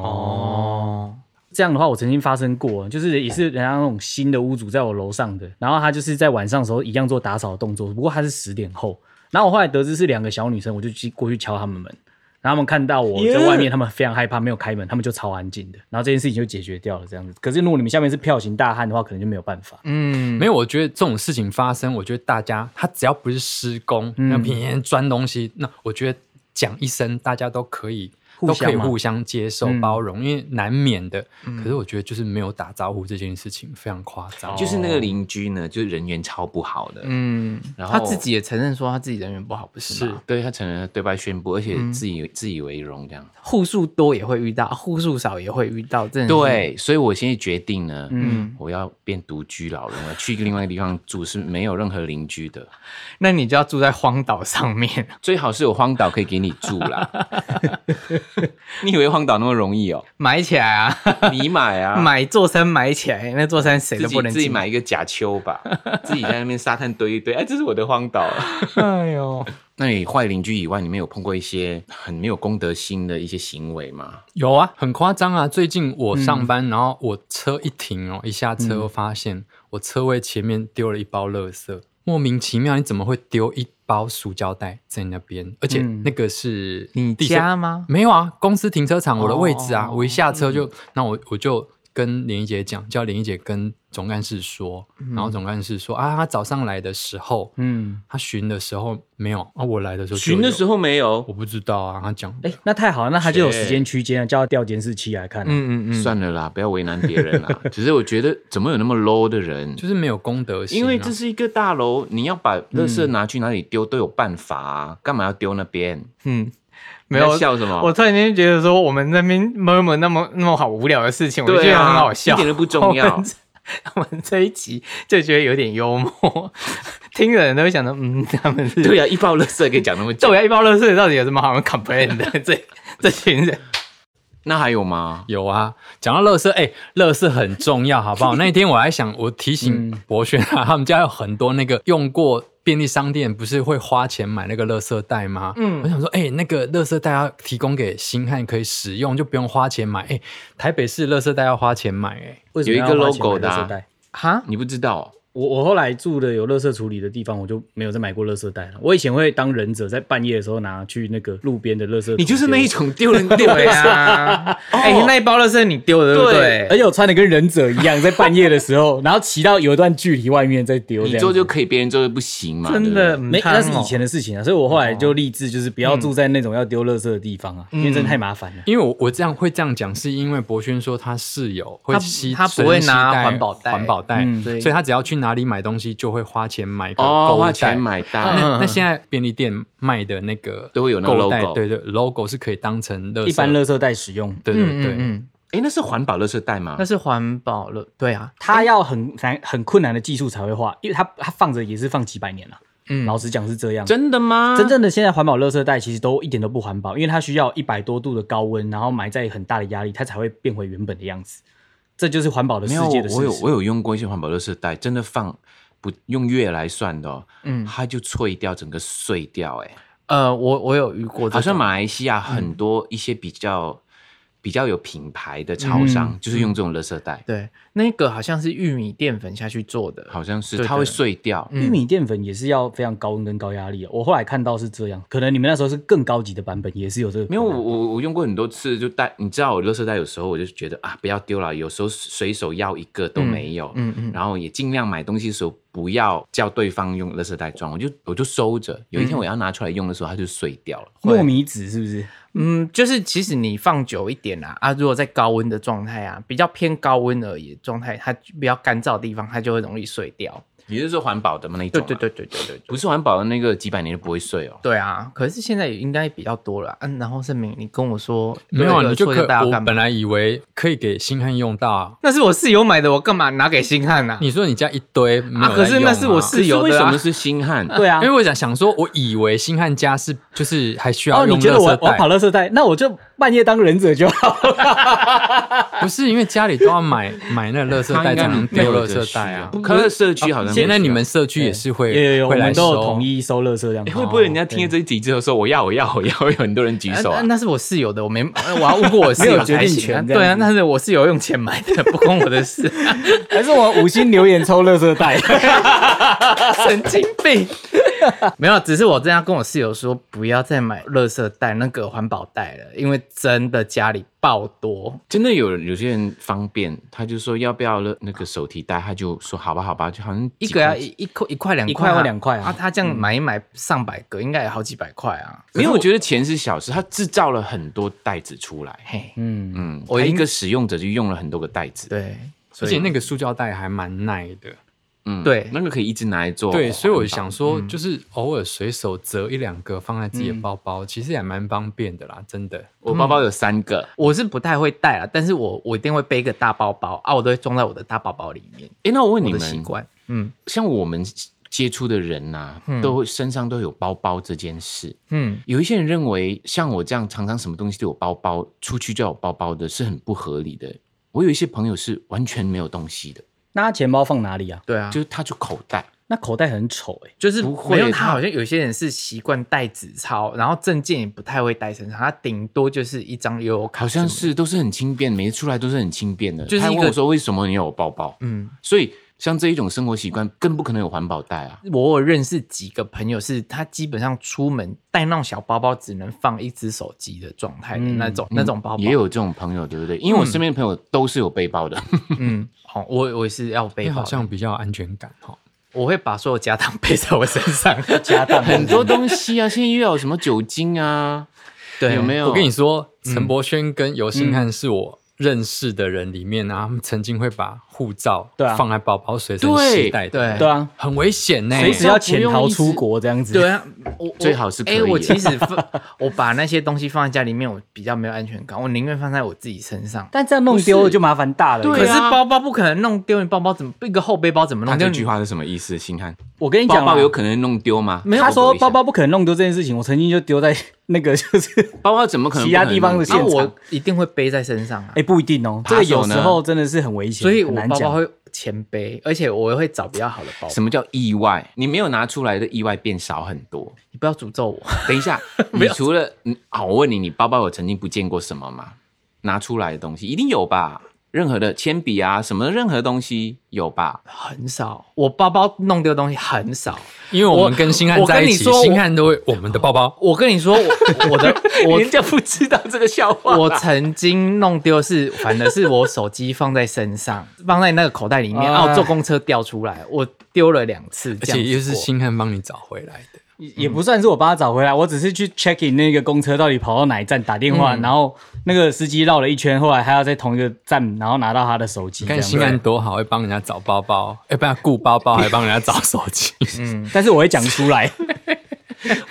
[SPEAKER 3] 哦，
[SPEAKER 4] 这样的话，我曾经发生过，就是也是人家那种新的屋主在我楼上的，然后他就是在晚上的时候一样做打扫的动作，不过他是十点后，然后我后来得知是两个小女生，我就去过去敲他们门，然后他们看到我在外面，他们非常害怕，没有开门，他们就超安静的。然后这件事情就解决掉了，这样子。可是如果你们下面是票型大汉的话，可能就没有办法。
[SPEAKER 3] 嗯，
[SPEAKER 5] 没有，我觉得这种事情发生，我觉得大家他只要不是施工，
[SPEAKER 4] 嗯
[SPEAKER 5] 那平天钻东西，那我觉得讲一声，大家都可以。
[SPEAKER 4] 互
[SPEAKER 5] 都
[SPEAKER 4] 相
[SPEAKER 5] 可以
[SPEAKER 4] 嘛
[SPEAKER 5] 互相接受、
[SPEAKER 4] 嗯
[SPEAKER 5] 包容，因为难免的。可是我觉得就是没有打招呼这件事情非常夸张，
[SPEAKER 2] 就是那个邻居呢，就人缘超不好的，
[SPEAKER 3] 嗯，
[SPEAKER 2] 然
[SPEAKER 3] 他
[SPEAKER 2] 后
[SPEAKER 3] 自己也承认说他自己人缘不好，不是吗？
[SPEAKER 2] 对他承认他对外宣布，而且
[SPEAKER 5] 嗯
[SPEAKER 2] 自以、自以为荣这样。
[SPEAKER 3] 户数多也会遇到，户数少也会遇到，真的是，
[SPEAKER 2] 对，所以我现在决定呢，
[SPEAKER 3] 嗯
[SPEAKER 2] 我要变独居老人，我去另外一个地方住是没有任何邻居的，
[SPEAKER 3] 那你就要住在荒岛上面。 (laughs)
[SPEAKER 2] 最好是有荒岛可以给你住啦。你以为荒岛那么容易哦？
[SPEAKER 3] 买起来啊！
[SPEAKER 2] 你买啊，
[SPEAKER 3] (laughs) 买座山买起来，那座山谁
[SPEAKER 2] 自
[SPEAKER 3] 都
[SPEAKER 2] 己
[SPEAKER 3] 不能
[SPEAKER 2] 自己
[SPEAKER 3] 进
[SPEAKER 2] 买。一个假丘吧，自己在那边沙滩堆
[SPEAKER 3] (laughs)
[SPEAKER 2] 一堆，哎，这是我的荒岛。
[SPEAKER 3] 哎呦，
[SPEAKER 2] 那你坏邻居以外，你们有碰过一些很没有公德心的一些行为吗？
[SPEAKER 5] 有啊，很夸张啊！最近我上班，然后我车一停哦，一下车我发现我车位前面丢了一包垃圾，莫名其妙，你怎么会丢一包塑胶袋在那边？而且
[SPEAKER 4] 嗯
[SPEAKER 5] 那个是
[SPEAKER 3] 你
[SPEAKER 5] 地下
[SPEAKER 3] 家吗？
[SPEAKER 5] 没有啊，公司停车场我的位置啊，
[SPEAKER 3] 哦
[SPEAKER 5] 我一下车就，那我我就跟连一姐讲，叫连一姐跟总干事说，然后总干事说啊，他早上来的时候，
[SPEAKER 4] 嗯，
[SPEAKER 5] 他巡的时候没有啊，我来的时候就
[SPEAKER 2] 巡的时
[SPEAKER 5] 有
[SPEAKER 2] 候没有，
[SPEAKER 5] 我不知道啊，他讲
[SPEAKER 4] 哎、那太好了，那他就有时间区间了，叫他调监视器来看、嗯，
[SPEAKER 3] 嗯嗯嗯，
[SPEAKER 2] 算了啦，不要为难别人
[SPEAKER 3] (laughs)
[SPEAKER 2] 啦。只是我觉得怎么有那么 low 的人？
[SPEAKER 5] 就是没有公德心啊，
[SPEAKER 2] 因为这是一个大楼，你要把垃圾拿去哪里丢都有办法啊，干嘛要丢那边？
[SPEAKER 3] 嗯，没
[SPEAKER 2] 你
[SPEAKER 3] 有
[SPEAKER 2] 在。笑什么？
[SPEAKER 3] 我突然间觉得说，我们那边 murmur 那么那么好无聊的事情，我就觉
[SPEAKER 2] 对
[SPEAKER 3] 得
[SPEAKER 2] 啊
[SPEAKER 3] 很好笑，
[SPEAKER 2] 一点都不重要
[SPEAKER 3] (laughs) 我们这。我们这一集就觉得有点幽默，听的人都会想到，嗯， (laughs) 他们是
[SPEAKER 2] 对啊，一包垃圾可以讲那么久
[SPEAKER 3] (laughs) 豆，芽一包垃圾到底有什么好 complain 的？这这群人，
[SPEAKER 2] 那还有吗？
[SPEAKER 5] 有啊，讲到乐色，哎、乐色很重要，好
[SPEAKER 3] (laughs)
[SPEAKER 5] 不好？那一天我还想，我提醒
[SPEAKER 3] 嗯
[SPEAKER 5] 博轩啊，他们家有很多那个用过便利商店，不是会花钱买那个乐色袋吗？嗯，我想说，哎、那个乐色袋要提供给星汉可以使用，就不用花钱买。哎、台北市乐色袋要花钱买、哎，
[SPEAKER 4] 为什么
[SPEAKER 2] 有一
[SPEAKER 4] 要
[SPEAKER 2] 个
[SPEAKER 4] 花钱
[SPEAKER 2] logo
[SPEAKER 4] 买
[SPEAKER 2] 的啊
[SPEAKER 4] 垃圾袋
[SPEAKER 3] 哈，
[SPEAKER 2] 你不知道
[SPEAKER 4] 我我后来住的有垃圾处理的地方，我就没有再买过垃圾袋了。我以前会当忍者，在半夜的时候拿去那个路边的垃圾。
[SPEAKER 2] 你就是那一
[SPEAKER 4] 种，
[SPEAKER 2] 种丢人丢
[SPEAKER 3] 对
[SPEAKER 2] 人。
[SPEAKER 3] 啊， (laughs) 哎、
[SPEAKER 2] 哦
[SPEAKER 3] 那一包垃圾你丢的对不对？
[SPEAKER 4] 而且我穿的跟忍者一样，在半夜的时候， (laughs) 然后骑到有一段距离外面再丢。
[SPEAKER 2] (laughs) 你
[SPEAKER 4] 这样
[SPEAKER 2] 做
[SPEAKER 4] 子
[SPEAKER 2] 就哦可以，别人做就不行嘛？
[SPEAKER 3] 真
[SPEAKER 2] 对不
[SPEAKER 3] 的
[SPEAKER 2] 对
[SPEAKER 4] 没，那是以
[SPEAKER 2] 嗯
[SPEAKER 4] 前
[SPEAKER 3] 的。
[SPEAKER 4] 的事情啊，所以我后来
[SPEAKER 2] 哦
[SPEAKER 4] 就立志，就是不要住在那种要丢垃圾的地方啊，因为真的太麻烦了。
[SPEAKER 5] 因为我我这样会这样讲，是因为博轩说他室友会
[SPEAKER 3] 他
[SPEAKER 5] 吸，
[SPEAKER 3] 他不会
[SPEAKER 5] 随身携
[SPEAKER 3] 拿
[SPEAKER 5] 带
[SPEAKER 3] 环保袋
[SPEAKER 5] 环保袋，
[SPEAKER 4] 嗯
[SPEAKER 5] 所
[SPEAKER 3] 对
[SPEAKER 5] 以他只要去哪里买东西就会花钱买个购
[SPEAKER 2] 哦，
[SPEAKER 5] 物
[SPEAKER 2] 花
[SPEAKER 5] 袋
[SPEAKER 2] 钱买单，
[SPEAKER 5] 啊那那现在便利店卖的那个
[SPEAKER 2] 都会有那个
[SPEAKER 5] 购袋
[SPEAKER 2] logo
[SPEAKER 5] 对对，logo 是可以当成
[SPEAKER 2] 嗯
[SPEAKER 5] 垃圾
[SPEAKER 4] 一般垃圾袋使用，
[SPEAKER 5] 对
[SPEAKER 3] 嗯
[SPEAKER 5] 对
[SPEAKER 3] 嗯
[SPEAKER 5] 对，
[SPEAKER 3] 嗯，
[SPEAKER 2] 哎，那是环保垃圾袋吗
[SPEAKER 3] 那？是环保了，对啊，
[SPEAKER 4] 它要很难、很困难的技术才会画，因为它它放着也是放几百年了。
[SPEAKER 3] 嗯
[SPEAKER 4] 老实讲是这样。
[SPEAKER 2] 真的吗？
[SPEAKER 4] 真正的现在环保垃圾袋其实都一点都不环保，因为它需要一百多度的高温，然后埋在很大的压力，它才会变回原本的样子。这就是环保的世
[SPEAKER 2] 没有，
[SPEAKER 4] 界的
[SPEAKER 2] 我
[SPEAKER 4] 事
[SPEAKER 2] 有
[SPEAKER 4] 实。
[SPEAKER 2] 我有用过一些环保垃圾袋，真的放不用月来算的、哦，嗯，它就脆掉，整个碎掉、哎，
[SPEAKER 3] 呃，我我有遇过这种，
[SPEAKER 2] 好像马来西
[SPEAKER 3] 嗯
[SPEAKER 2] 亚很多一些比较、比较有品牌的超商，
[SPEAKER 3] 嗯
[SPEAKER 2] 就是用这种垃圾袋，
[SPEAKER 3] 对那个好像是玉米淀粉下去做的，
[SPEAKER 2] 好像是
[SPEAKER 3] 对
[SPEAKER 2] 它会
[SPEAKER 3] 对嗯
[SPEAKER 2] 碎掉。
[SPEAKER 4] 嗯玉米淀粉也是要非常高温跟高压力的。我后来看到是这样，可能你们那时候是更高级的版本，也是有这个可能。
[SPEAKER 2] 没有，我我我用过很多次，就带你知道，我垃圾袋有时候我就觉得啊，不要丢了，有时候随手要一个都没有，
[SPEAKER 3] 嗯嗯，
[SPEAKER 2] 然后也尽量买东西的时候不要叫对方用垃圾袋装，我就我就收着。有一天我要拿出来用的时候，它就碎掉了。
[SPEAKER 4] 糯米纸是不是？
[SPEAKER 3] 嗯，就是其实你放久一点啦、啊，如果在高温的状态啊，比较偏高温而已的状态，它比较干燥的地方，它就会容易碎掉。
[SPEAKER 2] 你是说环保的吗？那一
[SPEAKER 3] 对
[SPEAKER 2] 种、啊
[SPEAKER 3] 对，对对对对对。
[SPEAKER 2] 不是环保的那个几百年都不会碎哦。
[SPEAKER 3] 对啊，可是现在也应该比较多了啊。嗯、然后盛明，你跟我说
[SPEAKER 5] 没有
[SPEAKER 3] 那
[SPEAKER 5] 啊，
[SPEAKER 3] 个
[SPEAKER 5] 你就
[SPEAKER 3] 塑
[SPEAKER 5] 可
[SPEAKER 3] 料袋要
[SPEAKER 5] 我
[SPEAKER 3] 干嘛
[SPEAKER 5] 本来以为可以给星汉用到啊，
[SPEAKER 3] 那是我室友买的，我干嘛拿给星汉啊呢、
[SPEAKER 5] 你说你家一堆没有、
[SPEAKER 3] 啊可是那是我
[SPEAKER 2] 可
[SPEAKER 3] 室
[SPEAKER 2] 是
[SPEAKER 3] 有
[SPEAKER 2] 为
[SPEAKER 3] 的
[SPEAKER 2] 什
[SPEAKER 3] 啊
[SPEAKER 2] 么是星汉？
[SPEAKER 4] 对啊
[SPEAKER 5] 因为。我想想说，我以为星汉家是就是还需要
[SPEAKER 4] 哦，
[SPEAKER 5] 用
[SPEAKER 4] 你觉得
[SPEAKER 5] 垃
[SPEAKER 4] 我
[SPEAKER 5] 圾
[SPEAKER 4] 我
[SPEAKER 5] 袋，
[SPEAKER 4] 跑垃圾袋，那我就半夜当忍者就好了。
[SPEAKER 5] 不是因为家里都要买 (laughs) 买那个垃圾
[SPEAKER 2] 它
[SPEAKER 5] 袋
[SPEAKER 2] 应该
[SPEAKER 5] 才能
[SPEAKER 2] 没
[SPEAKER 5] 丢
[SPEAKER 2] 有
[SPEAKER 5] 垃
[SPEAKER 2] 的
[SPEAKER 5] 圾
[SPEAKER 2] 需
[SPEAKER 5] 袋
[SPEAKER 2] 要
[SPEAKER 5] 啊。
[SPEAKER 2] 可是社区好像
[SPEAKER 5] 现在你们
[SPEAKER 2] 会
[SPEAKER 5] 社区也是会
[SPEAKER 4] 有有有，我
[SPEAKER 5] 会来
[SPEAKER 4] 们都有
[SPEAKER 5] 收，
[SPEAKER 4] 统一收垃圾这样子。哦
[SPEAKER 2] 不哎会人家听了这一集之后说我要我要我要，有很多人举手
[SPEAKER 3] 啊
[SPEAKER 2] 啊
[SPEAKER 3] 那？那是我室友的，我没，呃我要问过我室
[SPEAKER 4] 没
[SPEAKER 3] 友
[SPEAKER 4] 有决
[SPEAKER 3] 才
[SPEAKER 4] 定
[SPEAKER 3] 行啊。
[SPEAKER 4] 权这样
[SPEAKER 3] 对啊，
[SPEAKER 4] 子
[SPEAKER 3] 那是我室友用钱买的，不关我的事。
[SPEAKER 2] (laughs)
[SPEAKER 3] (laughs)
[SPEAKER 4] 还是我五星留言抽垃圾袋？
[SPEAKER 3] 神经病！没有，只是我这样跟我室友说，不要再买垃圾袋那个环保袋了，因为真的家里爆多。
[SPEAKER 2] 真的有有些人方便，他就说要不要了那个手提袋，他就说好吧好吧，就好像
[SPEAKER 3] 一
[SPEAKER 2] 几
[SPEAKER 3] 个要
[SPEAKER 2] 块
[SPEAKER 3] 一一块一块两
[SPEAKER 4] 一
[SPEAKER 3] 块
[SPEAKER 4] 块
[SPEAKER 3] 啊
[SPEAKER 4] 或两块
[SPEAKER 3] 啊
[SPEAKER 4] 啊，，
[SPEAKER 3] 他这样买一买上百个，应该也好几百块啊。
[SPEAKER 2] 没有，我觉得钱是小事，他制造了很多袋子出来。
[SPEAKER 3] 嘿，
[SPEAKER 4] 嗯，
[SPEAKER 2] 嗯，
[SPEAKER 3] 我
[SPEAKER 2] 我一
[SPEAKER 3] 应
[SPEAKER 2] 个使用者就用了很多个袋子。
[SPEAKER 3] 对，
[SPEAKER 5] 而且那个塑胶袋还蛮耐的。
[SPEAKER 2] 嗯
[SPEAKER 3] 对
[SPEAKER 2] 那个可以一直拿来做环保。
[SPEAKER 5] 对，所以我想说，
[SPEAKER 3] 嗯
[SPEAKER 5] 就是偶尔随手折一两个放在自己的包包，其实也蛮方便的啦，真的。
[SPEAKER 2] 我包包有三个。
[SPEAKER 3] 我是不太会带啦，但是我我一定会背一个大包包啊，我都会装在我的大包包里面，
[SPEAKER 2] 哎，那我问
[SPEAKER 3] 我
[SPEAKER 2] 你
[SPEAKER 3] 的习
[SPEAKER 2] 们，
[SPEAKER 3] 惯。嗯
[SPEAKER 2] 像我们接触的人呐、
[SPEAKER 3] 嗯
[SPEAKER 2] 都会身上都有包包这件事。
[SPEAKER 3] 嗯，
[SPEAKER 2] 有一些人认为，像我这样常常什么东西都有包包，出去就有包包的是很不合理的。我有一些朋友是完全没有东西的，
[SPEAKER 4] 那他钱包放哪里啊？
[SPEAKER 3] 对啊，
[SPEAKER 2] 就
[SPEAKER 3] 就是
[SPEAKER 2] 他就口袋，
[SPEAKER 4] 那口袋很丑哎，
[SPEAKER 3] 就是
[SPEAKER 2] 不会
[SPEAKER 3] 没有
[SPEAKER 2] 他
[SPEAKER 3] 他好像有些人是习惯带纸钞，然后证件也不太会带身上，他顶多就是一张悠游卡，
[SPEAKER 2] 好像。是都是很轻便，每次出来都是很轻便的。
[SPEAKER 3] 就是
[SPEAKER 2] 他还
[SPEAKER 3] 一
[SPEAKER 2] 问
[SPEAKER 3] 个
[SPEAKER 2] 我说为什么你有包包？
[SPEAKER 3] 嗯，
[SPEAKER 2] 所以像这一种生活习惯，更不可能有环保袋啊。
[SPEAKER 3] 我有认识几个朋友，是他基本上出门带那种小包包，只能放一只手机的状态的那种、那种包包。
[SPEAKER 2] 嗯也有这种朋友，对不对？因为我身边的朋友都是有背包的，
[SPEAKER 3] 嗯，好、我我也是要背
[SPEAKER 5] 你
[SPEAKER 2] 哎
[SPEAKER 3] 包的，
[SPEAKER 5] 好像比较有安全感哦。
[SPEAKER 3] 我会把所有家当背在我身
[SPEAKER 2] (laughs)
[SPEAKER 3] 上。
[SPEAKER 4] 家当
[SPEAKER 2] 很多东西啊，现在又要有什么酒精啊，
[SPEAKER 3] 对，
[SPEAKER 2] 有没有？
[SPEAKER 5] 我跟你说，
[SPEAKER 3] 嗯
[SPEAKER 5] 陈柏轩跟尤信汉是我认识的人里面啊，他们曾经会把护照
[SPEAKER 4] 对啊
[SPEAKER 5] 放在包包随身
[SPEAKER 2] 对
[SPEAKER 5] 携带的，
[SPEAKER 3] 对
[SPEAKER 4] 对啊，
[SPEAKER 5] 很危险呢、
[SPEAKER 4] 随时要潜逃出国这样子，
[SPEAKER 3] 对啊，我
[SPEAKER 2] 最好是可
[SPEAKER 3] 哎、
[SPEAKER 2] 以啊
[SPEAKER 3] 我
[SPEAKER 2] 的
[SPEAKER 3] 其实放我把那些东西放在家里面，我比较没有安全感，我宁愿放在我自己身上。
[SPEAKER 4] 但这样弄丢了就麻烦大了。
[SPEAKER 2] 不
[SPEAKER 4] 可
[SPEAKER 2] 对
[SPEAKER 3] 可
[SPEAKER 4] 是
[SPEAKER 3] 是
[SPEAKER 2] 啊
[SPEAKER 3] 包包不可能弄丢，你包包怎么一个后背包怎么
[SPEAKER 2] 他
[SPEAKER 3] 弄丢？
[SPEAKER 2] 这句话是什么意思？星汉，
[SPEAKER 4] 我跟你讲
[SPEAKER 2] 包
[SPEAKER 4] 啊，
[SPEAKER 2] 包有可能弄丢吗？
[SPEAKER 4] 他说
[SPEAKER 2] 我
[SPEAKER 4] 包包
[SPEAKER 2] 不
[SPEAKER 4] 不可能弄丢这件事情，我曾经就丢在那个就是， (laughs)
[SPEAKER 2] 包包怎么可能
[SPEAKER 4] 其他
[SPEAKER 2] 不可能
[SPEAKER 4] 地方的
[SPEAKER 2] 弄
[SPEAKER 4] 现
[SPEAKER 2] 丢
[SPEAKER 3] 啊，
[SPEAKER 4] 场，
[SPEAKER 3] 我一定会背在身上啊
[SPEAKER 4] 哎，不一定哦，
[SPEAKER 2] 扒手
[SPEAKER 4] 这个有
[SPEAKER 2] 呢
[SPEAKER 4] 时候真的是很危险，
[SPEAKER 3] 所以我
[SPEAKER 4] 很难
[SPEAKER 3] 包包
[SPEAKER 4] 讲。
[SPEAKER 3] 会前背，而且我会找比较好的包包。
[SPEAKER 2] 什么叫意外？你没有拿出来的意外变少很多。
[SPEAKER 3] 你不要诅咒我， (laughs)
[SPEAKER 2] 等一下，你除了嗯好，我问你，你包包有曾经不见过什么吗？拿出来的东西一定有吧？任何的铅笔啊，什么任何东西有吧？
[SPEAKER 3] 很少，我包包弄丢的东西很少。
[SPEAKER 5] 因为我们跟星汉
[SPEAKER 3] 我
[SPEAKER 5] 在一
[SPEAKER 3] 我跟你
[SPEAKER 5] 起，
[SPEAKER 3] 说我哦
[SPEAKER 5] 星汉都会我们的包包。
[SPEAKER 3] 我跟你说，我我的我
[SPEAKER 2] 人家不知道这个笑话。
[SPEAKER 3] 我曾经弄丢是，反而是我手机放在身上，放在那个口袋里面，
[SPEAKER 4] 哎
[SPEAKER 3] 啊，我坐公车掉出来，我丢了两次，
[SPEAKER 5] 而
[SPEAKER 3] 这样
[SPEAKER 5] 且
[SPEAKER 3] 子
[SPEAKER 5] 又是
[SPEAKER 3] 过
[SPEAKER 5] 星汉帮你找回来的，
[SPEAKER 4] 也也不算是我帮他找回来，我只是去 check in 那个公车到底跑到哪一站，打电话，然后那个司机绕了一圈，后来还要在同一个站，然后拿到他的手机。这
[SPEAKER 5] 你
[SPEAKER 4] 样
[SPEAKER 5] 看星汉多好，会帮人家找包包，哎，帮人家顾包包，还帮人家找手
[SPEAKER 3] (laughs)
[SPEAKER 5] 机。
[SPEAKER 4] 但是我会讲出来，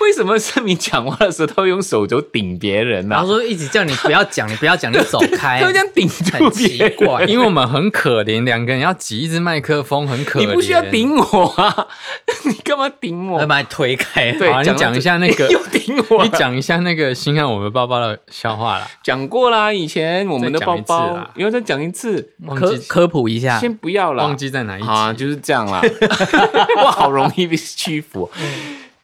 [SPEAKER 2] 为什么盛明讲话的时候，他会用手肘顶别人呢、
[SPEAKER 3] 然后
[SPEAKER 2] 啊？
[SPEAKER 3] 说一直叫你不要讲，你不要讲，你走开，
[SPEAKER 2] 他会这样顶住
[SPEAKER 3] 很
[SPEAKER 2] 别
[SPEAKER 3] 奇
[SPEAKER 2] 人，
[SPEAKER 3] 怪。
[SPEAKER 5] 因为我们很可怜，两个人要挤一支麦克风，很可怜。
[SPEAKER 2] 你不需要顶我啊！ (laughs) 你干嘛顶
[SPEAKER 3] 我
[SPEAKER 2] 我？
[SPEAKER 3] 呃把你推开，
[SPEAKER 2] 对
[SPEAKER 5] 好，你
[SPEAKER 2] 讲到
[SPEAKER 5] 讲
[SPEAKER 2] 这
[SPEAKER 5] 一下
[SPEAKER 2] (laughs)
[SPEAKER 5] 那个
[SPEAKER 2] 又顶我了，
[SPEAKER 5] 你讲一下那个新汉我们包包的笑话啦。
[SPEAKER 2] 讲过啦，以前我们的包
[SPEAKER 5] 再讲一次
[SPEAKER 2] 包
[SPEAKER 5] 啦，
[SPEAKER 2] 你要再讲一次，
[SPEAKER 5] 忘
[SPEAKER 3] 科
[SPEAKER 5] 记
[SPEAKER 3] 科普一下，
[SPEAKER 2] 先不要啦，
[SPEAKER 5] 忘记在哪一集
[SPEAKER 2] 好啊，就是这样 (laughs) 啦。我好容易被屈 (laughs) 服。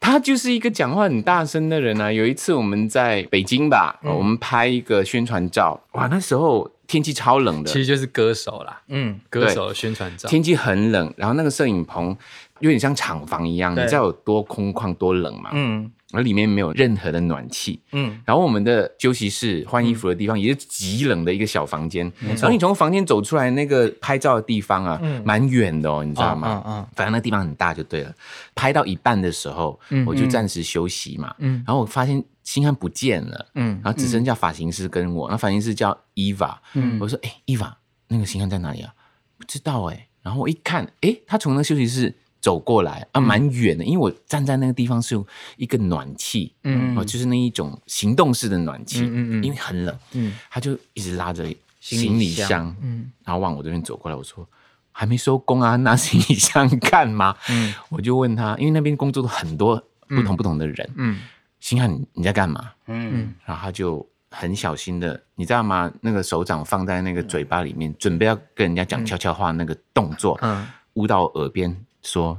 [SPEAKER 2] 他就是一个讲话很大声的人啊。有一次我们在北京吧，我们拍一个宣传照，哇，那时候天气超冷的，
[SPEAKER 5] 其实就是歌手啦，
[SPEAKER 3] 嗯，
[SPEAKER 5] 歌手的宣传照。
[SPEAKER 2] 天气很冷，然后那个摄影棚有点像厂房一样，你
[SPEAKER 3] 对
[SPEAKER 2] 知道有多空旷、多冷嘛？
[SPEAKER 3] 嗯
[SPEAKER 2] 然后里面没有任何的暖气，
[SPEAKER 3] 嗯，
[SPEAKER 2] 然后我们的休息室、换衣服的地方也是极冷的一个小房间。
[SPEAKER 3] 嗯
[SPEAKER 2] 然后你从房间走出来，那个拍照的地方啊，蛮远的哦，你知道吗？
[SPEAKER 3] 嗯嗯嗯
[SPEAKER 2] 反正那地方很大就对了。拍到一半的时候，我就暂时休息嘛。
[SPEAKER 3] 嗯
[SPEAKER 2] 然后我发现星汉不见了，
[SPEAKER 3] 嗯
[SPEAKER 2] 然后只剩下发型师跟我，那发型师叫伊娃，
[SPEAKER 3] 嗯
[SPEAKER 2] 我说：“哎、伊娃，那个星汉在哪里啊？”不知道哎、然后我一看，哎、他从那休息室走过来
[SPEAKER 3] 嗯
[SPEAKER 2] 啊，蛮远的，因为我站在那个地方是有一个暖气，
[SPEAKER 3] 嗯
[SPEAKER 2] 嗯，哦，就是那一种行动式的暖气，
[SPEAKER 3] 嗯嗯嗯
[SPEAKER 2] 因为很冷，
[SPEAKER 3] 嗯
[SPEAKER 2] 嗯，他就一直拉着
[SPEAKER 3] 行
[SPEAKER 2] 行
[SPEAKER 3] 李
[SPEAKER 2] 李
[SPEAKER 3] 箱
[SPEAKER 2] 箱，
[SPEAKER 3] 嗯
[SPEAKER 2] 嗯，然后往我这边走过来，我说。还没收工啊， (laughs) 拿行李箱干嘛？
[SPEAKER 3] 嗯
[SPEAKER 2] 嗯，我就问他，因为那边工作的很多不同不同的人，
[SPEAKER 3] 嗯
[SPEAKER 2] 星汉你你在干嘛？
[SPEAKER 4] 嗯，
[SPEAKER 2] 然后他就很小心的，你知道吗？那个手掌放在那个嘴巴里面，准备要跟人家讲悄悄话那个动作，
[SPEAKER 3] 嗯，
[SPEAKER 2] 捂到耳边说：“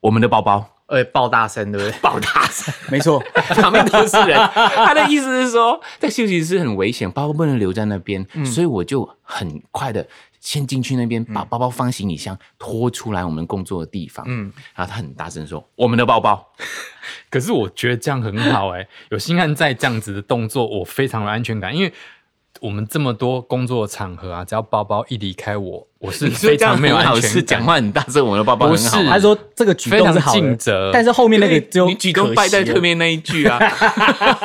[SPEAKER 2] 我们的包包
[SPEAKER 3] 而且爆呃大声，对不对？
[SPEAKER 2] 爆大声，
[SPEAKER 4] 没错，
[SPEAKER 2] 旁边都是人。” (laughs) 他的意嗯思是说，在休息室很危险，包包不能留在那边，所以我就很快的先进去那边把包包放行李箱，拖出来我们工作的地方。嗯
[SPEAKER 5] 嗯，
[SPEAKER 2] 然后他很大声说：“我们的包包。
[SPEAKER 5] 可是我觉得这样很好哎、有新汉在这样子的动作，我非常有安全感，因为我们这么多工作场合啊，只要包包一离开我，我是”非常没有安全
[SPEAKER 2] 是
[SPEAKER 5] 感。
[SPEAKER 2] 讲话很大声，我们的包包很好。
[SPEAKER 5] 不是
[SPEAKER 4] 他说这个举动是好
[SPEAKER 5] 非常尽
[SPEAKER 4] 的
[SPEAKER 5] 责，
[SPEAKER 4] 但是后面那个只有
[SPEAKER 2] 你举 (laughs) 动败在特
[SPEAKER 4] 别。
[SPEAKER 2] 别那一句啊， (laughs)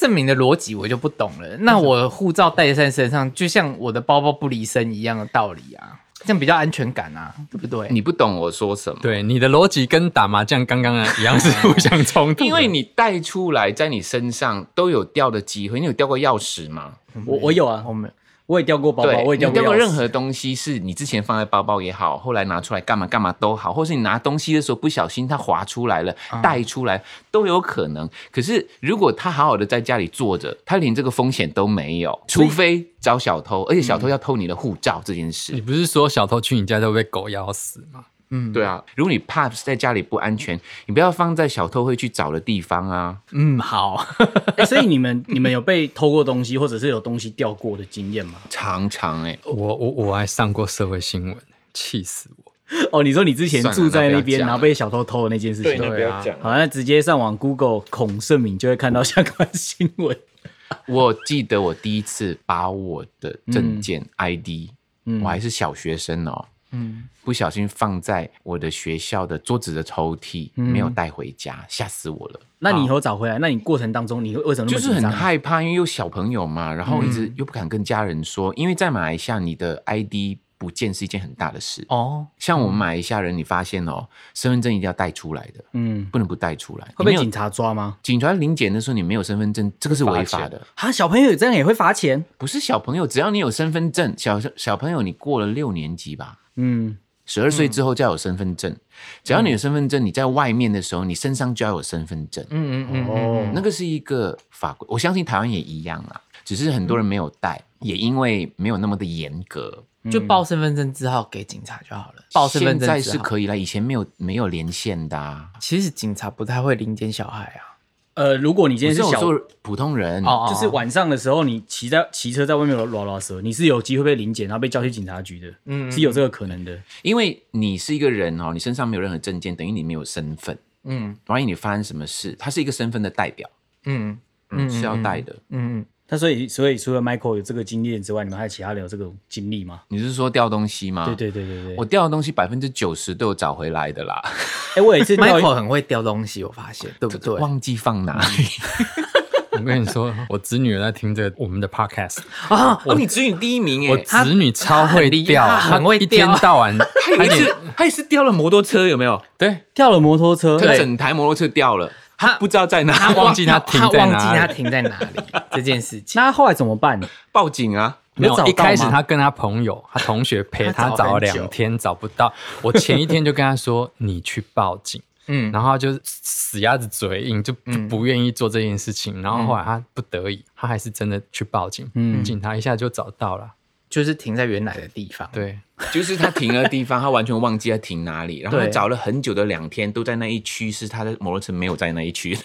[SPEAKER 3] 证明的逻辑我就不懂了。那我护照带在身上，就像我的包包不离身一样的道理啊，这样比较安全感啊，对不对？
[SPEAKER 2] 你不懂我说什么。
[SPEAKER 5] 对，你的逻辑跟打麻将刚刚的一样是互相冲突
[SPEAKER 2] (laughs)
[SPEAKER 5] 的，
[SPEAKER 2] 因为你带出来，在你身上都有掉的机会。你有掉过钥匙吗？
[SPEAKER 4] 我我有啊，
[SPEAKER 3] 我们
[SPEAKER 4] 我也掉过包包，
[SPEAKER 2] 对，
[SPEAKER 4] 我也
[SPEAKER 2] 你
[SPEAKER 4] 掉过
[SPEAKER 2] 掉过
[SPEAKER 4] 钥匙
[SPEAKER 2] 任何东西，是你之前放在包包也好，后来拿出来干嘛干嘛都好，或是你拿东西的时候不小心它滑出来了，
[SPEAKER 4] 啊
[SPEAKER 2] 带出来都有可能。可是如果他好好的在家里坐着，他连这个风险都没有，除非找小偷，而且小偷要偷你的护照这件事。
[SPEAKER 5] 你不是说小偷去你家都被狗咬死吗？
[SPEAKER 3] 嗯，
[SPEAKER 2] 对啊，如果你怕在家里不安全，你不要放在小偷会去找的地方啊。
[SPEAKER 3] 嗯，好，
[SPEAKER 4] (laughs) 欸所以你们你们有被偷过东西，或者是有东西掉过的经验吗？
[SPEAKER 2] 常常哎、欸，
[SPEAKER 5] 我我我还上过社会新闻，气死我！
[SPEAKER 4] (laughs) 哦，你说你之前
[SPEAKER 2] 算了
[SPEAKER 4] 住在那
[SPEAKER 2] 那不要
[SPEAKER 4] 边，
[SPEAKER 2] 讲了
[SPEAKER 4] 然后被小偷偷的那件事情，
[SPEAKER 5] 不要讲。啊
[SPEAKER 4] 好，那直接上网 Google 孔圣敏就会看到相关新 (laughs) 闻。
[SPEAKER 2] 我记得我第一次把我的证件
[SPEAKER 4] 嗯
[SPEAKER 2] ID，、我还是小学生哦，
[SPEAKER 3] 嗯，
[SPEAKER 2] 不小心放在我的学校的桌子的抽屉，
[SPEAKER 4] 嗯
[SPEAKER 2] 没有带回家，吓死我了。
[SPEAKER 4] 那你以后找回来，那你过程当中你为什么那
[SPEAKER 2] 就
[SPEAKER 4] 么
[SPEAKER 2] 是
[SPEAKER 4] 紧
[SPEAKER 2] 很
[SPEAKER 4] 张？啊嗯
[SPEAKER 2] 害怕，因为有小朋友嘛，然后一直又不敢跟家人说，因为在马来西亚你的 ID 不见是一件很大的事。
[SPEAKER 3] (laughs) 哦，
[SPEAKER 2] 像我们马来西亚人，你发现哦，身份证一定要带出来的，
[SPEAKER 4] 嗯，
[SPEAKER 2] 不能不带出来。
[SPEAKER 4] 会被
[SPEAKER 2] 你没有
[SPEAKER 4] 警察抓吗？
[SPEAKER 2] 警察临检的时候，你没有身份证，这个是违法
[SPEAKER 5] 罚钱
[SPEAKER 2] 的。
[SPEAKER 4] 啊，小朋友这样也会罚钱？
[SPEAKER 2] 不是小朋友，只要你有身份证，小小朋友你过了六年级吧，
[SPEAKER 4] 嗯，
[SPEAKER 2] 十二岁之后就要有身份证。只要你有身份证，你在外面的时候，你身上就要有身份证。
[SPEAKER 3] 嗯嗯嗯
[SPEAKER 4] 哦
[SPEAKER 2] 那个是一个法规，我相信台湾也一样啦，只是很多人没有带，也因为没有那么的严格。
[SPEAKER 3] 嗯，就报身份证字号给警察就好了，报身份
[SPEAKER 2] 现
[SPEAKER 3] 证
[SPEAKER 2] 在
[SPEAKER 3] 字
[SPEAKER 2] 是
[SPEAKER 3] 号。
[SPEAKER 2] 可以了，以前没有没有连线的、啊。
[SPEAKER 3] 其实警察不太会临检小孩啊，
[SPEAKER 4] 呃，如果你今天
[SPEAKER 2] 不是
[SPEAKER 4] 是小，
[SPEAKER 2] 我说普通人，
[SPEAKER 3] 哦
[SPEAKER 4] 就是晚上的时候，你骑在骑车在外面拉拉蛇，你是有机会被临检，然后被叫去警察局的，嗯，是有这个可能的。
[SPEAKER 2] 因为你是一个人哦，你身上没有任何证件，等于你没有身份。
[SPEAKER 3] 嗯
[SPEAKER 2] 万一你发生什么事，它是一个身份的代表，
[SPEAKER 3] 嗯
[SPEAKER 2] 嗯，是要带的。
[SPEAKER 3] 嗯
[SPEAKER 4] 那所以，所以除了 Michael 有这个经验之外，你们还有其他人有这种经历吗？
[SPEAKER 2] 你是说掉东西吗？
[SPEAKER 4] 对对对对对，
[SPEAKER 2] 啊我掉的东西百分之九十都有找回来的啦，
[SPEAKER 4] 哎、我也是
[SPEAKER 3] 嗯
[SPEAKER 4] 掉一
[SPEAKER 3] ，Michael 很会掉东西，我发现，对啊不对？
[SPEAKER 2] (laughs) 忘记放哪里。
[SPEAKER 5] 我跟你说， (laughs) 我侄女有在听着我们的 podcast，
[SPEAKER 2] 啊，哦，你只有第一名
[SPEAKER 5] 我
[SPEAKER 2] 耶！
[SPEAKER 5] 侄女超会掉，
[SPEAKER 3] 她很会
[SPEAKER 5] 她一
[SPEAKER 3] 掉
[SPEAKER 5] 天到晚，
[SPEAKER 2] 他有一次，他也是掉了摩托车，有没有？
[SPEAKER 5] 对，
[SPEAKER 4] 掉了摩托车，
[SPEAKER 2] 他整台摩托车掉了，
[SPEAKER 3] 他
[SPEAKER 2] 不知道在哪，
[SPEAKER 3] 他
[SPEAKER 5] 忘记他停在
[SPEAKER 3] 忘记
[SPEAKER 5] 哪里
[SPEAKER 3] 他停在哪里这件
[SPEAKER 4] (laughs)
[SPEAKER 3] 事情。
[SPEAKER 4] 那他后来怎么办？哦
[SPEAKER 2] 报警啊！
[SPEAKER 5] 没
[SPEAKER 4] 有
[SPEAKER 5] 有
[SPEAKER 4] 找。
[SPEAKER 5] 一
[SPEAKER 4] 到
[SPEAKER 5] 开始
[SPEAKER 4] 吗
[SPEAKER 5] 她跟她朋友、她同学陪
[SPEAKER 3] 她
[SPEAKER 5] 她
[SPEAKER 3] 找
[SPEAKER 5] 找了
[SPEAKER 3] 很久
[SPEAKER 5] 两天找不到，我前一天就跟她说你去报警，
[SPEAKER 3] 嗯
[SPEAKER 5] 然后她就死鸭子嘴硬，就就不愿意做这件事情。然后后来她不得已，她还是真的去报警，
[SPEAKER 4] 嗯
[SPEAKER 5] 警察一下就找到了。
[SPEAKER 3] 就是停在原来的地方。，
[SPEAKER 5] 对，
[SPEAKER 2] 就是他停了地方，他完全忘记他停哪里，然后他
[SPEAKER 3] 对
[SPEAKER 2] 找了很久的两天，都在那一区，是他的摩托车没有在那一区。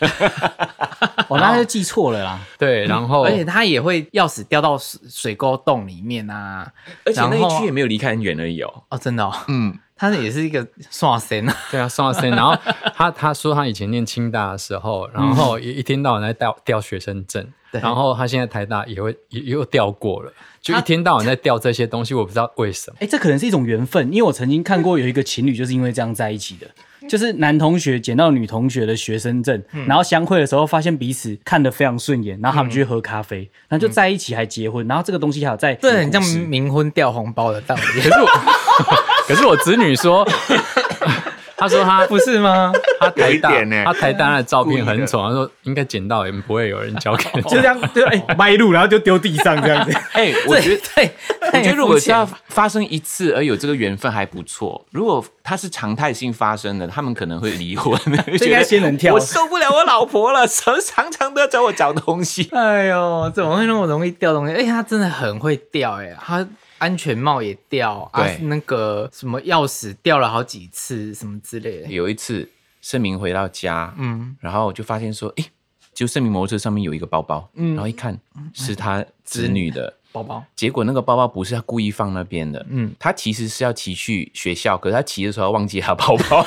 [SPEAKER 4] 哦，那他就记错了啦。
[SPEAKER 5] 对，然后
[SPEAKER 3] 而且他也会钥匙掉到水水沟洞里面啊。
[SPEAKER 2] 而且那
[SPEAKER 3] 然后
[SPEAKER 2] 一区也没有离开很远而已哦。
[SPEAKER 3] 哦，真的哦，
[SPEAKER 2] 嗯，
[SPEAKER 3] 他也是一个刷神啊。
[SPEAKER 5] 对啊，宋老师。然后他他说他以前念清大的时候，然后一一天到晚在调调学生证，
[SPEAKER 3] 对
[SPEAKER 5] 然后他现在台大也会也也又调过了，就一天到晚在调这些东西，我不知道为什么。
[SPEAKER 4] 哎、这可能是一种缘分，因为我曾经看过有一个情侣就是因为这样在一起的，就是男同学捡到女同学的学生证，然后相会的时候发现彼此看得非常顺眼，然后他们就去喝咖啡，然后就在一起还结婚，然后这个东西还有在
[SPEAKER 3] 这很像冥婚掉红包的道理，
[SPEAKER 5] 可是我， (laughs) 可是我子女说， (laughs) 他说他
[SPEAKER 4] 不是
[SPEAKER 3] (laughs)
[SPEAKER 4] 吗？
[SPEAKER 5] 他台大
[SPEAKER 2] 有一点呢欸
[SPEAKER 5] 他台大的照
[SPEAKER 2] 故意
[SPEAKER 5] 片
[SPEAKER 2] 的
[SPEAKER 5] 很丑，他说应该捡到也不会有人交给
[SPEAKER 4] 就这
[SPEAKER 5] 我。
[SPEAKER 4] 样，就哎、迈路，然后就丢地上这样 (laughs) 子。
[SPEAKER 2] (laughs) 哎、我觉得
[SPEAKER 3] 对，
[SPEAKER 2] 我觉得如果是
[SPEAKER 3] 这样，
[SPEAKER 2] 要发生一次而有这个缘分还不错，如果它是常态性发生的，他们可能会离 (laughs) 婚。
[SPEAKER 4] 这应该仙人跳
[SPEAKER 2] 我受不了我老婆了，常常常都要找我找东西。
[SPEAKER 3] 哎呦，怎么会那么容易掉东西？哎，他真的很会掉哎、他安全帽也掉，啊
[SPEAKER 2] 对，
[SPEAKER 3] 那个什么钥匙掉了好几次，什么之类
[SPEAKER 2] (laughs)
[SPEAKER 3] 的。
[SPEAKER 2] 有一次，盛明回到家，
[SPEAKER 3] 嗯，
[SPEAKER 2] 然后我就发嗯现说，诶，就盛明摩托车上面有一个包包，然后一看是他子女的，
[SPEAKER 3] 包包，
[SPEAKER 2] 结果那个包包不是他故意放那边的，
[SPEAKER 3] 嗯
[SPEAKER 2] 嗯，他其实是要骑去学校，可是他骑的时候忘记他包包，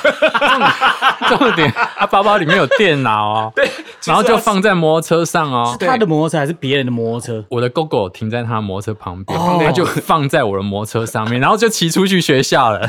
[SPEAKER 5] 重点，他包包里面有电脑哦，对，然后就放在摩托车上哦。
[SPEAKER 4] 他的摩托车还是别人的摩托车？
[SPEAKER 5] 我的 GoGo 停在他的摩托车旁边，他就放在我的摩托车上面，然后就骑出去学校了。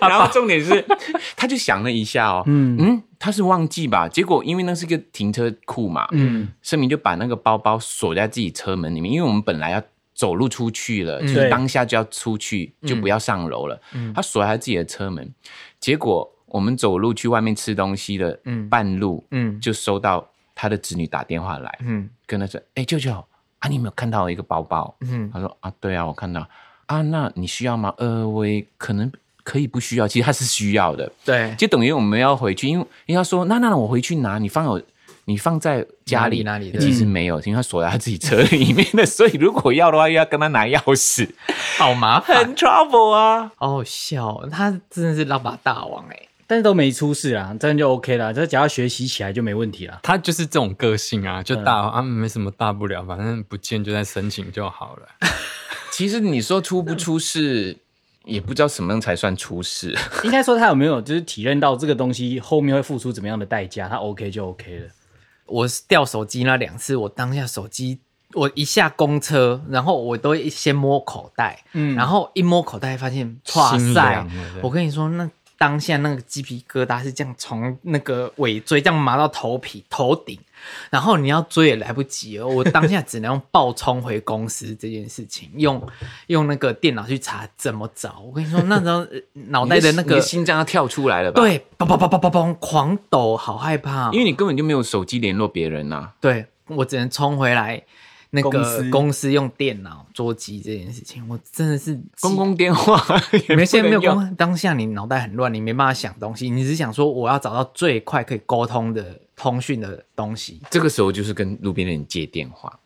[SPEAKER 2] 然后重点是， (laughs) 他就想了一下哦，嗯嗯，他是忘记吧？结果因为那是一个停车库嘛，嗯，盛明就把那个包包锁在自己车门里面，因为我们本来要。走路出去了，就是
[SPEAKER 4] 对
[SPEAKER 2] 当下就要出去，就不要上楼了。他锁在自己的车门，结果我们走路去外面吃东西的半路，
[SPEAKER 3] 嗯
[SPEAKER 2] 就收到他的子女打电话来，
[SPEAKER 3] 嗯
[SPEAKER 2] 跟他说：“哎、舅舅啊，你有没有看到一个包包？”
[SPEAKER 3] 嗯
[SPEAKER 2] 他说：“啊，对啊，我看到啊，那你需要吗？呃，我也可能可以不需要，其实他是需要的，
[SPEAKER 3] 对，
[SPEAKER 2] 就等于我们要回去，因为因为他说那那那我回去拿，你放我你放在家里
[SPEAKER 3] 哪里哪里
[SPEAKER 2] 其实没有，因为他锁在他自己车里面的， (laughs) 所以如果要的话，又要跟他拿钥匙，
[SPEAKER 3] 好麻烦，
[SPEAKER 2] 很 trouble 啊。
[SPEAKER 3] 好好笑哦，他真的是拉把大王哎、
[SPEAKER 4] 但是都没出事啊，这样就 OK 了。这只要学习起来就没问题了。
[SPEAKER 5] 他就是这种个性啊，就大、啊，没什么大不了，反正不见就再申请就好了。
[SPEAKER 2] 其实你说出不出事，也不知道什么样才算出事。
[SPEAKER 4] (laughs) 应该说他有没有就是体认到这个东西后面会付出怎么样的代价，他 OK 就 OK 了。
[SPEAKER 3] 我是掉手机那两次，我当下手机，我一下公车，然后我都会先摸口袋，嗯，然后一摸口袋发现，哇
[SPEAKER 5] 心
[SPEAKER 3] 塞
[SPEAKER 5] 凉了对！
[SPEAKER 3] 我跟你说，那当下那个鸡皮疙瘩是这样从那个尾椎这样麻到头皮头顶，然后你要追也来不及了。我当下只能用暴冲回公司这件事情， (laughs) 用用那个电脑去查怎么找。我跟你说，那时候呃脑袋的那
[SPEAKER 2] 你
[SPEAKER 3] 个
[SPEAKER 2] 心脏要跳出来了吧？，
[SPEAKER 3] 对，砰砰砰砰砰砰狂抖，好害怕哦、
[SPEAKER 2] 因为你根本就没有手机联络别人呐、啊。
[SPEAKER 3] 对我只能冲回来那个
[SPEAKER 4] 公
[SPEAKER 3] 公
[SPEAKER 4] 司
[SPEAKER 3] 司用电脑桌机这件事情，我真的是
[SPEAKER 2] 公共电话 (laughs) 也
[SPEAKER 3] 没现在没有
[SPEAKER 2] 不能用
[SPEAKER 3] 公当下你脑袋很乱，你没办法想东西，你只想说我要找到最快可以沟通的通讯的东西。
[SPEAKER 2] 这个时候就是跟路边的人借电话，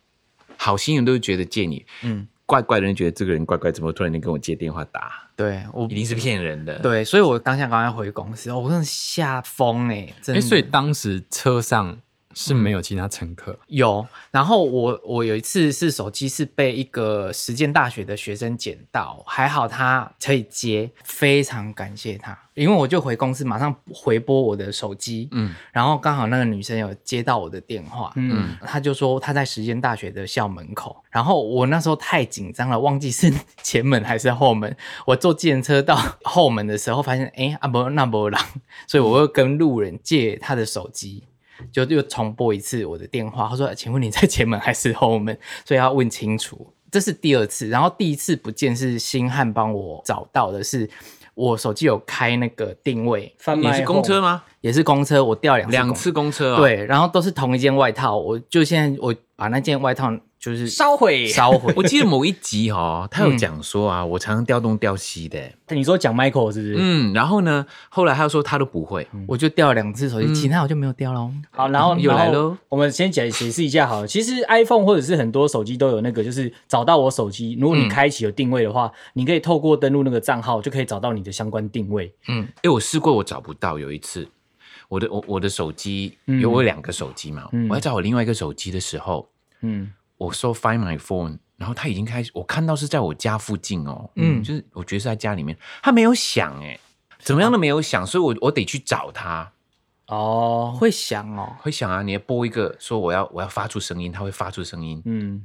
[SPEAKER 2] 好心人都会觉得借你，嗯，怪怪的人觉得这个人怪怪，怎么突然间跟我借电话打，
[SPEAKER 3] 对我
[SPEAKER 2] 一定是骗人的。，
[SPEAKER 3] 对，所以我当下赶快回公司，我真的吓疯哎、欸！真
[SPEAKER 5] 哎、
[SPEAKER 3] 的，
[SPEAKER 5] 所以当时车上是没有其他乘客，
[SPEAKER 3] 有，然后我我有一次是手机是被一个实践大学的学生捡到，还好他可以接，非常感谢他，因为我就回公司马上回拨我的手机，嗯，然后刚好那个女生有接到我的电话，嗯，她就说她在实践大学的校门口，然后我那时候太紧张了，忘记是 (laughs) 前门还是后门，我坐计程车到后门的时候发现，哎啊不那不狼，所以我又跟路人借他的手机，就又重拨一次我的电话，他说：“请问你在前门还是后门？”所以要问清楚。这是第二次，然后第一次不见是星汉帮我找到的是，我手机有开那个定位，
[SPEAKER 4] 贩
[SPEAKER 2] 你
[SPEAKER 4] 卖
[SPEAKER 2] 是公车
[SPEAKER 4] 后
[SPEAKER 2] 吗？
[SPEAKER 3] 也是公车，我掉两次公
[SPEAKER 2] 两次公车、哦，，
[SPEAKER 3] 对，然后都是同一件外套，我就现在我把那件外套就是
[SPEAKER 4] 烧毁
[SPEAKER 3] 烧毁，
[SPEAKER 2] 我记得某一集哦，他有讲说 (laughs) 啊，我常常调动调西的，
[SPEAKER 4] 你说讲 Michael 是不是？
[SPEAKER 2] 嗯，然后呢，后来他又说他都不会，
[SPEAKER 3] 我就掉了两次
[SPEAKER 4] 嗯
[SPEAKER 3] 手机，其他我就没有掉了。
[SPEAKER 4] 好，然后
[SPEAKER 2] 又来
[SPEAKER 4] 然后
[SPEAKER 2] 喽
[SPEAKER 4] 我们先解解释一下好了。其实 iPhone 或者是很多手机都有那个，就是找到我手机，如果你开启有定位的话，你可以透过登录那个账号就可以找到你的相关定位。
[SPEAKER 2] 哎、我试过，我找不到。有一次，我的我我的手机有我有两个手机嘛，我要找我另外一个手机的时候，
[SPEAKER 4] 嗯，
[SPEAKER 2] 我搜 Find My Phone，然后它已经开始，我看到是在我家附近哦，
[SPEAKER 3] 嗯
[SPEAKER 2] 嗯，就是我觉得是在家里面，它没有响哎、怎么样都没有响，所以我我得去找它。
[SPEAKER 4] 哦，
[SPEAKER 3] 会想哦，
[SPEAKER 2] 会响啊，你要播一个说我要我要发出声音，它会发出声音，
[SPEAKER 4] 嗯，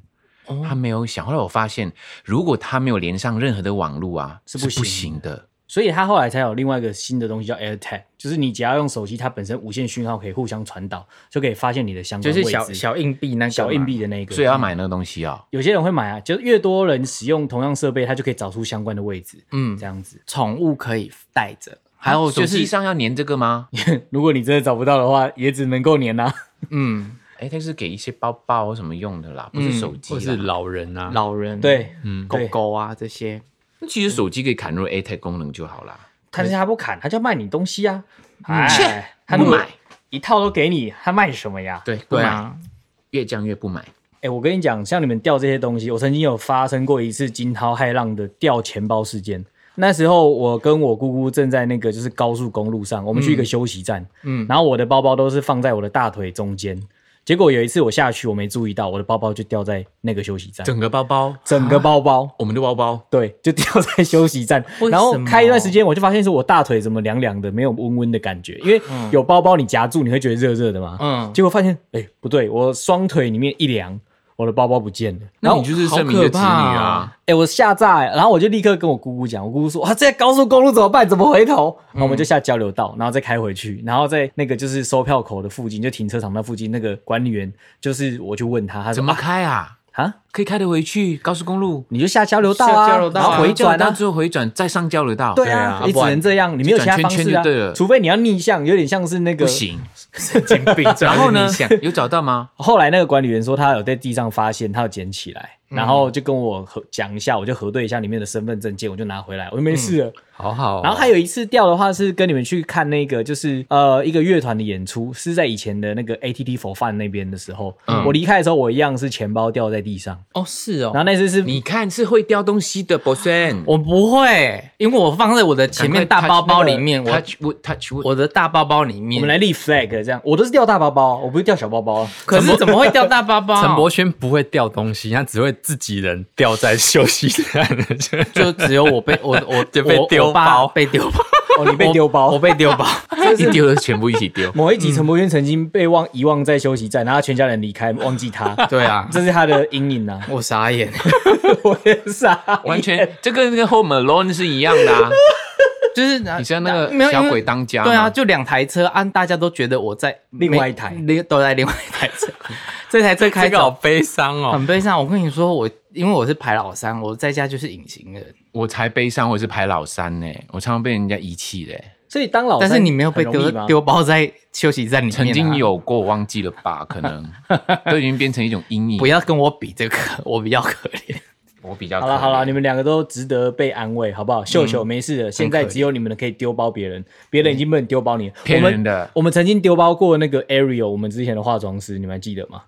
[SPEAKER 2] 它没有响。后来我发现，如果它没有连上任何的网络啊，
[SPEAKER 4] 是
[SPEAKER 2] 是
[SPEAKER 4] 不
[SPEAKER 2] 不
[SPEAKER 4] 行的
[SPEAKER 2] 行的。
[SPEAKER 4] 所以它后来才有另外一个新的东西叫 AirTag，就是你只要用手机，它本身无线讯号可以互相传导，就可以发现你的相
[SPEAKER 3] 就
[SPEAKER 4] 关位
[SPEAKER 3] 是
[SPEAKER 4] 置。
[SPEAKER 3] 小小硬币那个
[SPEAKER 4] 小
[SPEAKER 3] 嘛
[SPEAKER 4] 硬币的那一个，嗯
[SPEAKER 2] 所以要买那个东西哦。
[SPEAKER 4] 有些人会买啊，就是越多人使用同样设备，它就可以找出相关的位置。
[SPEAKER 3] 嗯
[SPEAKER 4] 这样子，
[SPEAKER 3] 宠物可以带着，还有就
[SPEAKER 2] 手机
[SPEAKER 3] 是
[SPEAKER 2] 上要粘这个吗？
[SPEAKER 4] 如果你真的找不到的话，也只能够粘啊啦、
[SPEAKER 3] 嗯。
[SPEAKER 2] 哎，它是给一些包包什么用的啦，不是手机
[SPEAKER 5] 或是
[SPEAKER 2] 啦。
[SPEAKER 5] 老人啊，
[SPEAKER 3] 老人、
[SPEAKER 4] 对，嗯
[SPEAKER 3] 狗
[SPEAKER 4] 对
[SPEAKER 3] 狗啊这些，
[SPEAKER 2] 那其实手机可以砍入 A Tag 功能就好啦。
[SPEAKER 4] 但是他不砍，他就要卖你东西啊！哎，他
[SPEAKER 2] 不
[SPEAKER 4] 如果
[SPEAKER 2] 买，
[SPEAKER 4] 一套都给你，他卖什么呀？
[SPEAKER 2] 对
[SPEAKER 3] 对，啊，
[SPEAKER 2] 越降越不买。
[SPEAKER 4] 哎，我跟你讲，像你们掉这些东西，我曾经有发生过一次惊涛骇浪的掉钱包事件。那时候我跟我姑姑正在那个
[SPEAKER 2] 嗯
[SPEAKER 4] 就是高速公路上，我们去一个休息站，嗯，然后我的包包都是放在我的大腿中间，结果有一次我下去，我没注意到我的包包就掉在那个休息站，
[SPEAKER 2] 整个啊包包，
[SPEAKER 4] 整个包包。
[SPEAKER 2] 我们的包包，
[SPEAKER 4] 对，就掉在休息站，然后开一段时间，我就发现说我大腿怎么凉凉的，没有温温的感觉，因为有包包你夹住，你会觉得热热的嘛。
[SPEAKER 2] 嗯
[SPEAKER 4] 结果发现，哎，不对，我双腿里面一凉，我的包包不见了。然
[SPEAKER 2] 那
[SPEAKER 4] 后
[SPEAKER 2] 你就是
[SPEAKER 4] 好
[SPEAKER 2] 圣明的子女
[SPEAKER 4] 可怕
[SPEAKER 2] 啊。
[SPEAKER 4] 哎、我吓炸、欸，然后我就立刻跟我姑姑讲，我姑姑说，哇，这在高速公路怎么办？怎么回头？然后我们就下交流
[SPEAKER 2] 嗯
[SPEAKER 4] 道，然后再开回去，然后在那个就是售票口的附近，就停车场那附近，那个管理员就是我去问他，他说
[SPEAKER 2] 怎么
[SPEAKER 4] 啊
[SPEAKER 2] 开啊？
[SPEAKER 4] 啊，
[SPEAKER 2] 可以开得回去高速公路，
[SPEAKER 4] 你就下交流道啊，
[SPEAKER 3] 下交流道啊
[SPEAKER 4] 然后回转
[SPEAKER 2] 到
[SPEAKER 4] 啊。
[SPEAKER 2] 之后回转再上交流道，
[SPEAKER 4] 对啊，你只能这样，你没有其他方
[SPEAKER 2] 转圈
[SPEAKER 4] 式
[SPEAKER 2] 圈
[SPEAKER 4] 啊
[SPEAKER 2] 就对了，
[SPEAKER 4] 除非你要逆向，有点像是那个
[SPEAKER 2] 不。行。
[SPEAKER 3] 神经病。
[SPEAKER 2] (laughs) 然后呢
[SPEAKER 3] 主要是逆向？
[SPEAKER 2] 有找到吗？
[SPEAKER 4] 后来那个管理员说他有在地上发现，他有捡起来，然后就跟我核讲一下，我就核对一下里面的身份证件，我就拿回来，我就没事了。
[SPEAKER 5] 好好哦、
[SPEAKER 4] 然后还有一次掉的话是跟你们去看那个，就是呃一个乐团的演出，是在以前的那个 ATT for Fun 那边的时候，我离开的时候我一样是钱包掉在地上，
[SPEAKER 3] 哦，是哦
[SPEAKER 4] 然后，那次是
[SPEAKER 2] 你看是会掉东西的 b o s n
[SPEAKER 3] 我不会，因为我放在我的前面大包包里面，我
[SPEAKER 2] touch wood touch wood，
[SPEAKER 3] 我的大包包里
[SPEAKER 4] 我
[SPEAKER 3] 面
[SPEAKER 4] 们，来立 flag 这样，我都是掉大包包，我不是掉小包包。啊
[SPEAKER 3] 可是怎么会掉大包啊包？
[SPEAKER 5] (laughs) 陈柏轩不会掉东西，他只会自己人掉在休息站。
[SPEAKER 3] 就只有我被我我
[SPEAKER 5] 就被
[SPEAKER 3] 我
[SPEAKER 5] 丢
[SPEAKER 3] 我爸
[SPEAKER 5] 包
[SPEAKER 3] 被丢包，
[SPEAKER 4] (laughs) 哦，你被丢包，。
[SPEAKER 3] 我被丢
[SPEAKER 2] (laughs)
[SPEAKER 3] 包，
[SPEAKER 2] 一丢了全部一起 (laughs) 丢
[SPEAKER 4] 某一集陈柏轩曾经被忘遗忘在休息站，然后他全家人离开，忘记 (laughs) 他，
[SPEAKER 3] 对啊，
[SPEAKER 4] 这是他的阴影啊！
[SPEAKER 3] 我傻眼，
[SPEAKER 4] (laughs) 我也傻，
[SPEAKER 2] 完全，这跟那个 Home Alone 是一样
[SPEAKER 4] (laughs)
[SPEAKER 2] 的啊！
[SPEAKER 3] 就是
[SPEAKER 2] 你像那个
[SPEAKER 3] 没有因为
[SPEAKER 2] 小鬼当家嘛
[SPEAKER 3] 对啊，就两台车，按大家都觉得我在
[SPEAKER 4] 另外一台
[SPEAKER 3] 另都在另外一台车，这台车开
[SPEAKER 5] 这个好
[SPEAKER 3] 走。
[SPEAKER 5] 悲伤
[SPEAKER 3] (laughs)
[SPEAKER 5] 哦。
[SPEAKER 3] 很悲伤，我跟你说，我因为我是排老三，我在家就是隐形人，
[SPEAKER 2] 我才悲伤，我是排老三呢，我常常被人家遗弃嘞。
[SPEAKER 4] 所以当老三
[SPEAKER 3] 但是你没有被
[SPEAKER 4] 很容
[SPEAKER 3] 丢
[SPEAKER 4] 易吗
[SPEAKER 3] 丢包在休息站里面、啊。
[SPEAKER 2] 曾经，有过，我忘记了
[SPEAKER 4] (laughs)
[SPEAKER 2] 吧？可能都已经变成一种阴影。
[SPEAKER 3] 不要跟我比这个，我比较可怜。
[SPEAKER 2] 我比较
[SPEAKER 4] 好了
[SPEAKER 2] 可怜
[SPEAKER 4] 好了，你们两个都值得被安慰，好不
[SPEAKER 3] 嗯
[SPEAKER 4] 好？秀秀没事的，现在只有你们可以丢包别人，别人已经不能丢包你了。
[SPEAKER 2] 骗
[SPEAKER 4] 我们
[SPEAKER 2] 人的
[SPEAKER 4] 我们曾经丢包过那个 Ariel，我们之前的化妆师，你们还记得吗？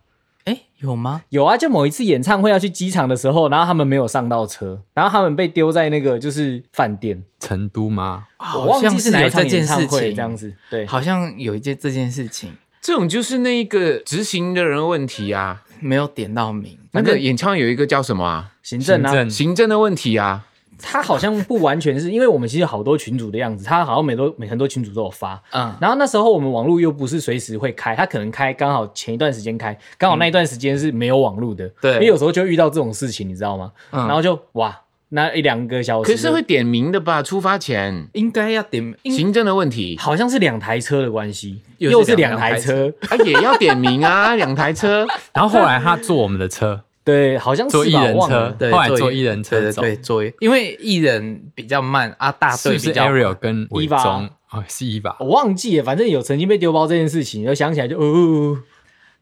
[SPEAKER 3] 哎，有吗？
[SPEAKER 4] 有啊，就某一次演唱会要去机场的时候，然后他们没有上到车，然后他们被丢在那个就是饭店，
[SPEAKER 5] 成都吗？
[SPEAKER 4] 我
[SPEAKER 3] 好
[SPEAKER 4] 忘
[SPEAKER 3] 像
[SPEAKER 4] 记
[SPEAKER 3] 是
[SPEAKER 4] 哪
[SPEAKER 3] 有
[SPEAKER 4] 一
[SPEAKER 3] 这
[SPEAKER 4] 场
[SPEAKER 3] 件
[SPEAKER 4] 演唱
[SPEAKER 3] 事
[SPEAKER 4] 会
[SPEAKER 3] 情，
[SPEAKER 4] 这样子。对，
[SPEAKER 3] 好像有一件这件事情
[SPEAKER 2] 这种就是那个执行的人问题啊。
[SPEAKER 3] 没有点到名，
[SPEAKER 2] 那个演唱有一个叫什么啊？
[SPEAKER 4] 行政啊，
[SPEAKER 5] 行政
[SPEAKER 2] 行政的问题啊。
[SPEAKER 4] 他好像不完全是因为我们其实有好多群主的样子，他好像每都每很多群主都有发，
[SPEAKER 3] 嗯
[SPEAKER 4] 然后那时候我们网络又不是随时会开，他可能开刚好前一段时间开，刚好那一段时间是没有网络的，
[SPEAKER 3] 对
[SPEAKER 4] 因为有时候就遇到这种事情，你知道吗？然后就哇，那一两个小时，
[SPEAKER 2] 可是会点名的吧？出发前
[SPEAKER 3] 应该要点名。应
[SPEAKER 2] 行政的问题
[SPEAKER 4] 好像是两台车的关系，
[SPEAKER 3] 又
[SPEAKER 4] 又
[SPEAKER 3] 是两
[SPEAKER 4] 两台车，
[SPEAKER 2] 啊，也要点名啊， (laughs) 两台车。
[SPEAKER 5] 然后后来他坐我们的车，
[SPEAKER 4] 对，好像是吧
[SPEAKER 5] 坐一人
[SPEAKER 4] 我忘了
[SPEAKER 5] 车
[SPEAKER 3] 对，
[SPEAKER 5] 后来坐
[SPEAKER 3] 一
[SPEAKER 5] 一人车
[SPEAKER 3] 对
[SPEAKER 5] 走
[SPEAKER 3] 对对，坐一，因为艺人比较慢啊，大
[SPEAKER 5] 是
[SPEAKER 3] 队
[SPEAKER 5] 不
[SPEAKER 3] 比
[SPEAKER 5] 是
[SPEAKER 3] 较
[SPEAKER 5] Ariel 跟伟
[SPEAKER 4] Eva
[SPEAKER 5] 忠？哦，是 Eva。
[SPEAKER 4] 我忘记了，反正有曾经被丢包这件事情，就想起来就哦，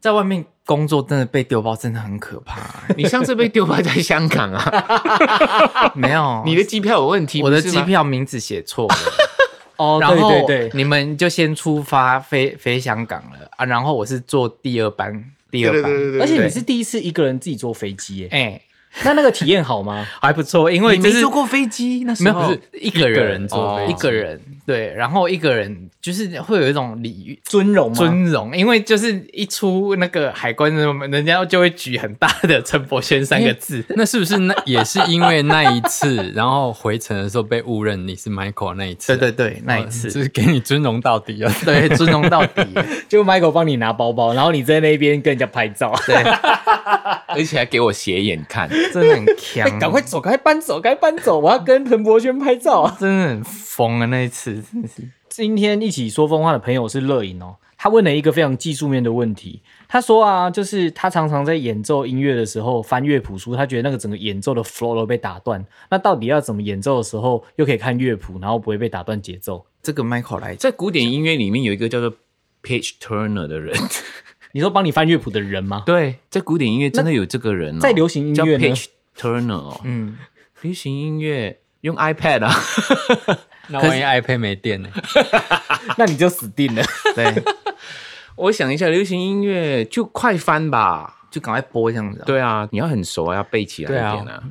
[SPEAKER 3] 在外面工作真的被丢包真的很可怕、
[SPEAKER 2] 你上次被丢包在香港
[SPEAKER 4] (laughs)
[SPEAKER 2] 啊？
[SPEAKER 3] 没有，
[SPEAKER 2] (laughs) 你的机票有问题？
[SPEAKER 3] 我的
[SPEAKER 2] 不是
[SPEAKER 3] 机
[SPEAKER 2] 吗，
[SPEAKER 3] 票名字写错了，
[SPEAKER 4] 哦，
[SPEAKER 3] 然后
[SPEAKER 4] 对对对，
[SPEAKER 3] 你们就先出发飞飞香港了啊，然后我是坐第二班，第
[SPEAKER 2] 对
[SPEAKER 3] 二
[SPEAKER 2] 对
[SPEAKER 3] 班，
[SPEAKER 2] 对对对。
[SPEAKER 4] 而且你是第一次一个人自己坐飞机耶，
[SPEAKER 3] 哎、
[SPEAKER 4] 那那个体验好吗？
[SPEAKER 3] 还不错，因为
[SPEAKER 2] 你
[SPEAKER 3] 就
[SPEAKER 2] 没
[SPEAKER 3] 是
[SPEAKER 2] 坐过飞机，那
[SPEAKER 3] 没
[SPEAKER 2] 时
[SPEAKER 3] 有
[SPEAKER 2] 候
[SPEAKER 3] 不是一个人哦
[SPEAKER 5] 一个人坐飞机
[SPEAKER 3] 一个人对，然后一个人就是会有一种礼遇。
[SPEAKER 4] 尊荣吗？
[SPEAKER 3] 尊荣，因为就是一出那个海关，人家就会举很大的陈伯轩三个字，
[SPEAKER 5] (laughs) 那是不是那也是因为那一次，然后回程的时候被误认你是 Michael 那一次？
[SPEAKER 3] 对对对，那一
[SPEAKER 5] 哦
[SPEAKER 3] 次，
[SPEAKER 5] 就是给你尊荣到底啊！
[SPEAKER 3] 对，尊荣到底，
[SPEAKER 4] 就 Michael 帮你拿包包，然后你在那边跟人家拍照，
[SPEAKER 2] 而且还给我斜眼
[SPEAKER 4] (laughs)
[SPEAKER 2] 看。
[SPEAKER 3] 真的很强，
[SPEAKER 4] 哎赶快走，赶快搬走，赶快搬走，我要跟陈柏轩拍照。
[SPEAKER 3] 真的很疯啊！那一次真的是
[SPEAKER 4] 今天一起说疯话的朋友是乐颖哦，他问了一个非常技术面的问题。他说啊，就是他常常在演奏音乐的时候翻乐谱书，他觉得那个整个演奏的 flow 都被打断。那到底要怎么演奏的时候又可以看乐谱，然后不会被打断节奏？
[SPEAKER 3] 这个 Michael 来
[SPEAKER 2] 在古典音乐里面有一个叫做 Page Turner 的人， (laughs)
[SPEAKER 4] 你说帮你翻乐谱的人吗？
[SPEAKER 2] 对，在古典音乐真的有这个人、哦，
[SPEAKER 4] 在流行音
[SPEAKER 2] 叫
[SPEAKER 4] 乐呢
[SPEAKER 2] Page Turner 哦，
[SPEAKER 3] 嗯，
[SPEAKER 2] 流行音乐用 iPad 啊， (laughs)
[SPEAKER 5] 那万一 iPad 没电呢？
[SPEAKER 4] 那你就死定了。
[SPEAKER 3] 对，
[SPEAKER 2] 我想一下，流行音乐就快翻吧。
[SPEAKER 3] 就赶快播这样子啊、
[SPEAKER 2] 对啊，你要很熟啊，要背起来一点啊。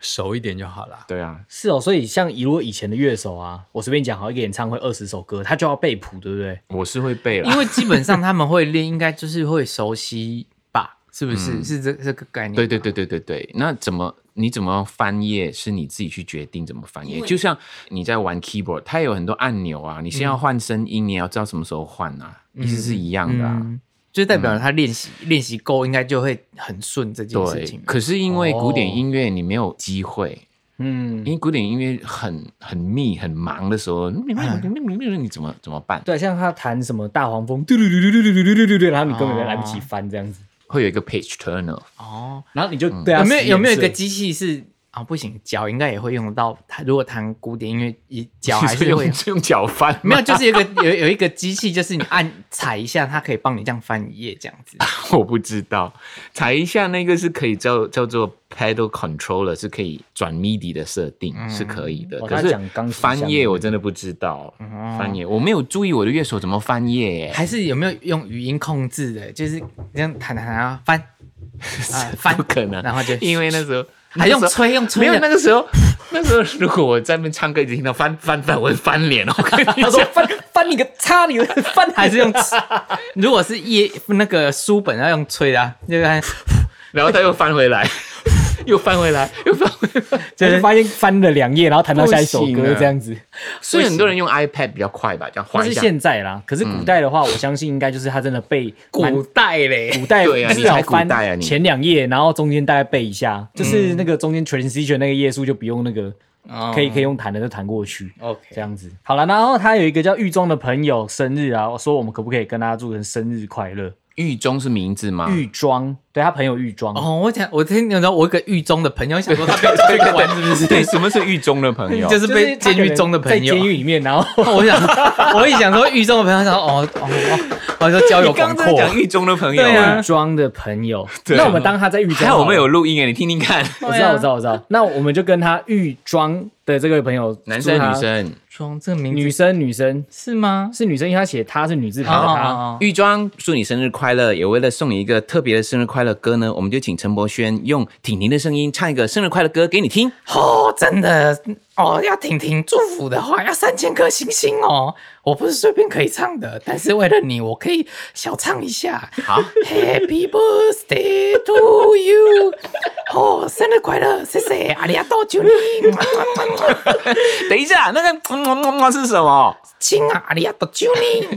[SPEAKER 5] 熟一点就好啦。
[SPEAKER 2] 对啊，
[SPEAKER 4] (laughs) 是哦，所以像以如果以前的乐手啊，我随便讲好一个演唱会二十首歌，他就要背谱，对不对？
[SPEAKER 2] 我是会背
[SPEAKER 3] (laughs) 因
[SPEAKER 2] 啦。
[SPEAKER 3] 为基本上他们会练，应该就是会熟悉吧？是不是？
[SPEAKER 2] 嗯
[SPEAKER 3] 是这这个概念？
[SPEAKER 2] 对对对，对对对，那怎么你怎么翻页是你自己去决定怎么翻页，就像你在玩 keyboard，它有很多按钮啊，你先要换声音，你也要知道什么时候换啊，意思是一样的啊。
[SPEAKER 3] 嗯，就代表他练习练习够，应该就会很顺这件事
[SPEAKER 2] 对 (laughs)
[SPEAKER 3] 情，。
[SPEAKER 2] 可是因为古典音乐你没有机会，
[SPEAKER 4] 嗯，
[SPEAKER 2] 因为古典音乐很很密很忙的时
[SPEAKER 3] 嗯
[SPEAKER 2] 候，你你怎么怎么办？
[SPEAKER 4] 对，像他弹什么大黄蜂，嘟嘟嘟嘟嘟嘟嘟嘟嘟嘟，然后你根本就来不及翻这样子，
[SPEAKER 2] 会有一个 page turner，
[SPEAKER 3] 哦，
[SPEAKER 4] 然后你就对啊，
[SPEAKER 3] 有没有有没有一个
[SPEAKER 4] 实验室
[SPEAKER 3] 机器是啊？不行，脚应该也会用得到。他如果弹古典音乐，一
[SPEAKER 2] (laughs)
[SPEAKER 3] 脚还
[SPEAKER 2] 你
[SPEAKER 3] 是
[SPEAKER 2] 说
[SPEAKER 3] 会
[SPEAKER 2] 用用脚翻吗，
[SPEAKER 3] 没有，就是有一个 (laughs) 有有一个机器，就是你按踩一下，它可以帮你这样翻一页这样子。
[SPEAKER 2] 我不知道，踩一下那个是可以叫叫做 pedal controller，是可以转 MIDI 的设定，
[SPEAKER 3] 嗯
[SPEAKER 2] 是可以的。
[SPEAKER 4] 哦
[SPEAKER 2] 可
[SPEAKER 4] 他讲钢
[SPEAKER 2] 是
[SPEAKER 4] 琴
[SPEAKER 2] 翻
[SPEAKER 4] 箱
[SPEAKER 2] 页
[SPEAKER 4] 的
[SPEAKER 2] 我真的不知道，翻页我没有注意我的乐手怎么翻页耶，
[SPEAKER 3] 嗯还是有没有用语音控制的？就是这样弹弹弹啊，翻
[SPEAKER 2] (laughs)
[SPEAKER 3] 啊翻
[SPEAKER 2] 不，可能，
[SPEAKER 3] 然后就
[SPEAKER 2] 因为那时候
[SPEAKER 3] (laughs) 还用
[SPEAKER 2] 那时候
[SPEAKER 3] 吹用
[SPEAKER 2] 没
[SPEAKER 3] 吹
[SPEAKER 2] 有
[SPEAKER 3] 的
[SPEAKER 2] 那个时候， (laughs) 那时候如果我在那边唱歌，一直听到翻翻翻，我会翻脸哦。我跟
[SPEAKER 3] (laughs)
[SPEAKER 2] 你
[SPEAKER 4] 他
[SPEAKER 2] 讲
[SPEAKER 4] 说翻翻你个叉，你个翻
[SPEAKER 3] 还是用， (laughs) 如果是页那个书本要用吹的、啊，就是它
[SPEAKER 2] 然后他又翻回来，又翻回来，又翻回来。
[SPEAKER 4] 就是发现翻了两页，然后弹到下一首
[SPEAKER 2] 不行
[SPEAKER 4] 歌
[SPEAKER 2] 啊
[SPEAKER 4] 这样子。
[SPEAKER 2] 所以很多人用 iPad 比较快吧，这样
[SPEAKER 4] 那
[SPEAKER 2] 滑
[SPEAKER 4] 是
[SPEAKER 2] 一下。
[SPEAKER 4] 现在啦，可是古代的话，我相信应该就是他真的背蛮
[SPEAKER 3] 古代嘞，
[SPEAKER 4] 古代
[SPEAKER 2] 对啊
[SPEAKER 4] 至少
[SPEAKER 2] 你才古代啊
[SPEAKER 4] 翻
[SPEAKER 2] 你
[SPEAKER 4] 前两页，然后中间大概背一下，就是那个中间 transition 那个页数就不用那个，可以可以用弹的就弹过去。这
[SPEAKER 3] OK，
[SPEAKER 4] 样子好了，然后他有一个叫狱中的朋友生日啊，说我们可不可以跟他祝成生日快乐？
[SPEAKER 2] 狱中是名字吗？
[SPEAKER 4] 狱庄，对他朋友狱庄，
[SPEAKER 3] 哦，我想我听你说，我有个狱中的朋友想说他被
[SPEAKER 2] (laughs)
[SPEAKER 3] 抓去关是不是？
[SPEAKER 2] 对，什么是狱中的朋友？
[SPEAKER 3] (laughs) 就是是
[SPEAKER 4] 就
[SPEAKER 3] 被
[SPEAKER 4] 他
[SPEAKER 3] 监
[SPEAKER 4] 可能
[SPEAKER 3] 狱中的朋友
[SPEAKER 4] 在。监狱里面，然后
[SPEAKER 3] (laughs) 我想，我一想说狱中的朋友想说哦哦哦，我说交友广阔，
[SPEAKER 2] 讲狱中的朋友，
[SPEAKER 3] 对啊
[SPEAKER 4] 狱庄的朋
[SPEAKER 3] (laughs)
[SPEAKER 4] 友，
[SPEAKER 2] 对
[SPEAKER 4] 那我们当他在狱
[SPEAKER 2] 还
[SPEAKER 4] 庄好
[SPEAKER 2] 好
[SPEAKER 4] 了，
[SPEAKER 2] 我们有录音哎，你听听看，
[SPEAKER 4] 我
[SPEAKER 3] 啊
[SPEAKER 4] 知道，我知道，我知道。那我们就跟他狱庄的这位朋友，
[SPEAKER 2] 男生
[SPEAKER 4] 祝他
[SPEAKER 2] 女，生，
[SPEAKER 3] 装这名字
[SPEAKER 4] 女生，女生
[SPEAKER 3] 是吗？
[SPEAKER 4] 是女生，因为他写他是女啊字
[SPEAKER 3] 哦
[SPEAKER 4] 旁的他。
[SPEAKER 3] 哦哦，
[SPEAKER 2] 狱庄祝你生日快乐，也为了送你一个特别的生日快乐歌呢，我们就请陈柏轩用婷婷的声音唱一个生日快乐歌给你听。
[SPEAKER 3] 哦，真的哦，要婷婷祝福的话，要三千颗星星哦。我不是随便可以唱的，但是为了你，我可以小唱一下。
[SPEAKER 2] 好
[SPEAKER 3] (laughs) Happy birthday to you！哦，生日快乐，谢谢，阿里阿多求你，
[SPEAKER 2] 等一下，那个嗯嗯嗯嗯是什么？
[SPEAKER 3] 亲啊，阿里阿多求 你。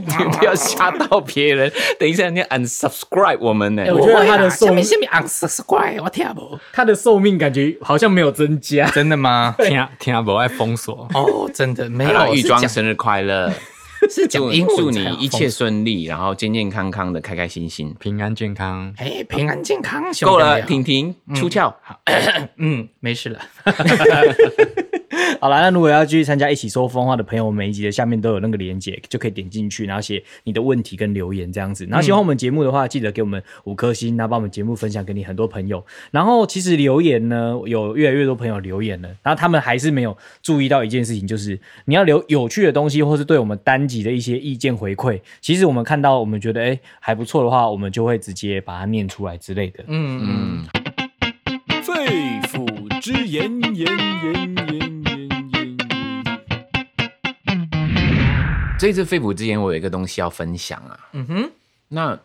[SPEAKER 4] (laughs)
[SPEAKER 2] 不要吓到别人。等一下，人家 unsubscribe 我们呢、
[SPEAKER 4] 哎我觉得他的
[SPEAKER 3] 下
[SPEAKER 4] 寿
[SPEAKER 3] 面下面 on s u b s c r i b 我听不。
[SPEAKER 4] 他的寿命感觉好像没有增加。
[SPEAKER 3] 真的吗？，
[SPEAKER 5] 听啊听不爱封锁
[SPEAKER 3] (laughs) 哦，真的没
[SPEAKER 2] 好啦
[SPEAKER 3] 有。
[SPEAKER 2] 预装
[SPEAKER 3] 是
[SPEAKER 2] 生日快乐，
[SPEAKER 3] 讲是 (laughs) 讲
[SPEAKER 2] 祝
[SPEAKER 3] 英文
[SPEAKER 2] 祝
[SPEAKER 3] 才
[SPEAKER 2] 你
[SPEAKER 3] 有
[SPEAKER 2] 一切顺利，然后健健康康的，开开心心。
[SPEAKER 5] 平安健康。
[SPEAKER 3] 哎平安健康。兄弟
[SPEAKER 2] 够了，
[SPEAKER 3] 们
[SPEAKER 2] 婷婷出窍。
[SPEAKER 3] 嗯，没事了。
[SPEAKER 4] 好了，那如果要继续参加一起说风话的朋友，每一集的下面都有那个连接，就可以点进去，然后写你的问题跟留言这样子。然后喜欢我们节目的话，记得给我们五颗星，然后把我们节目分享给你很多朋友。然后其实留言呢，有越来越多朋友留言了，然后他们还是没有注意到一件事情，就是你要留有趣的东西，或是对我们单集的一些意见回馈。其实我们看到，我们觉得哎还不错的话，我们就会直接把它念出来之类的。
[SPEAKER 3] 嗯，
[SPEAKER 2] 嗯，
[SPEAKER 1] 肺腑之言，言言言言言言。
[SPEAKER 2] 这一次肺腑之言，我有一个东西要分享啊。
[SPEAKER 3] 嗯哼，
[SPEAKER 2] 那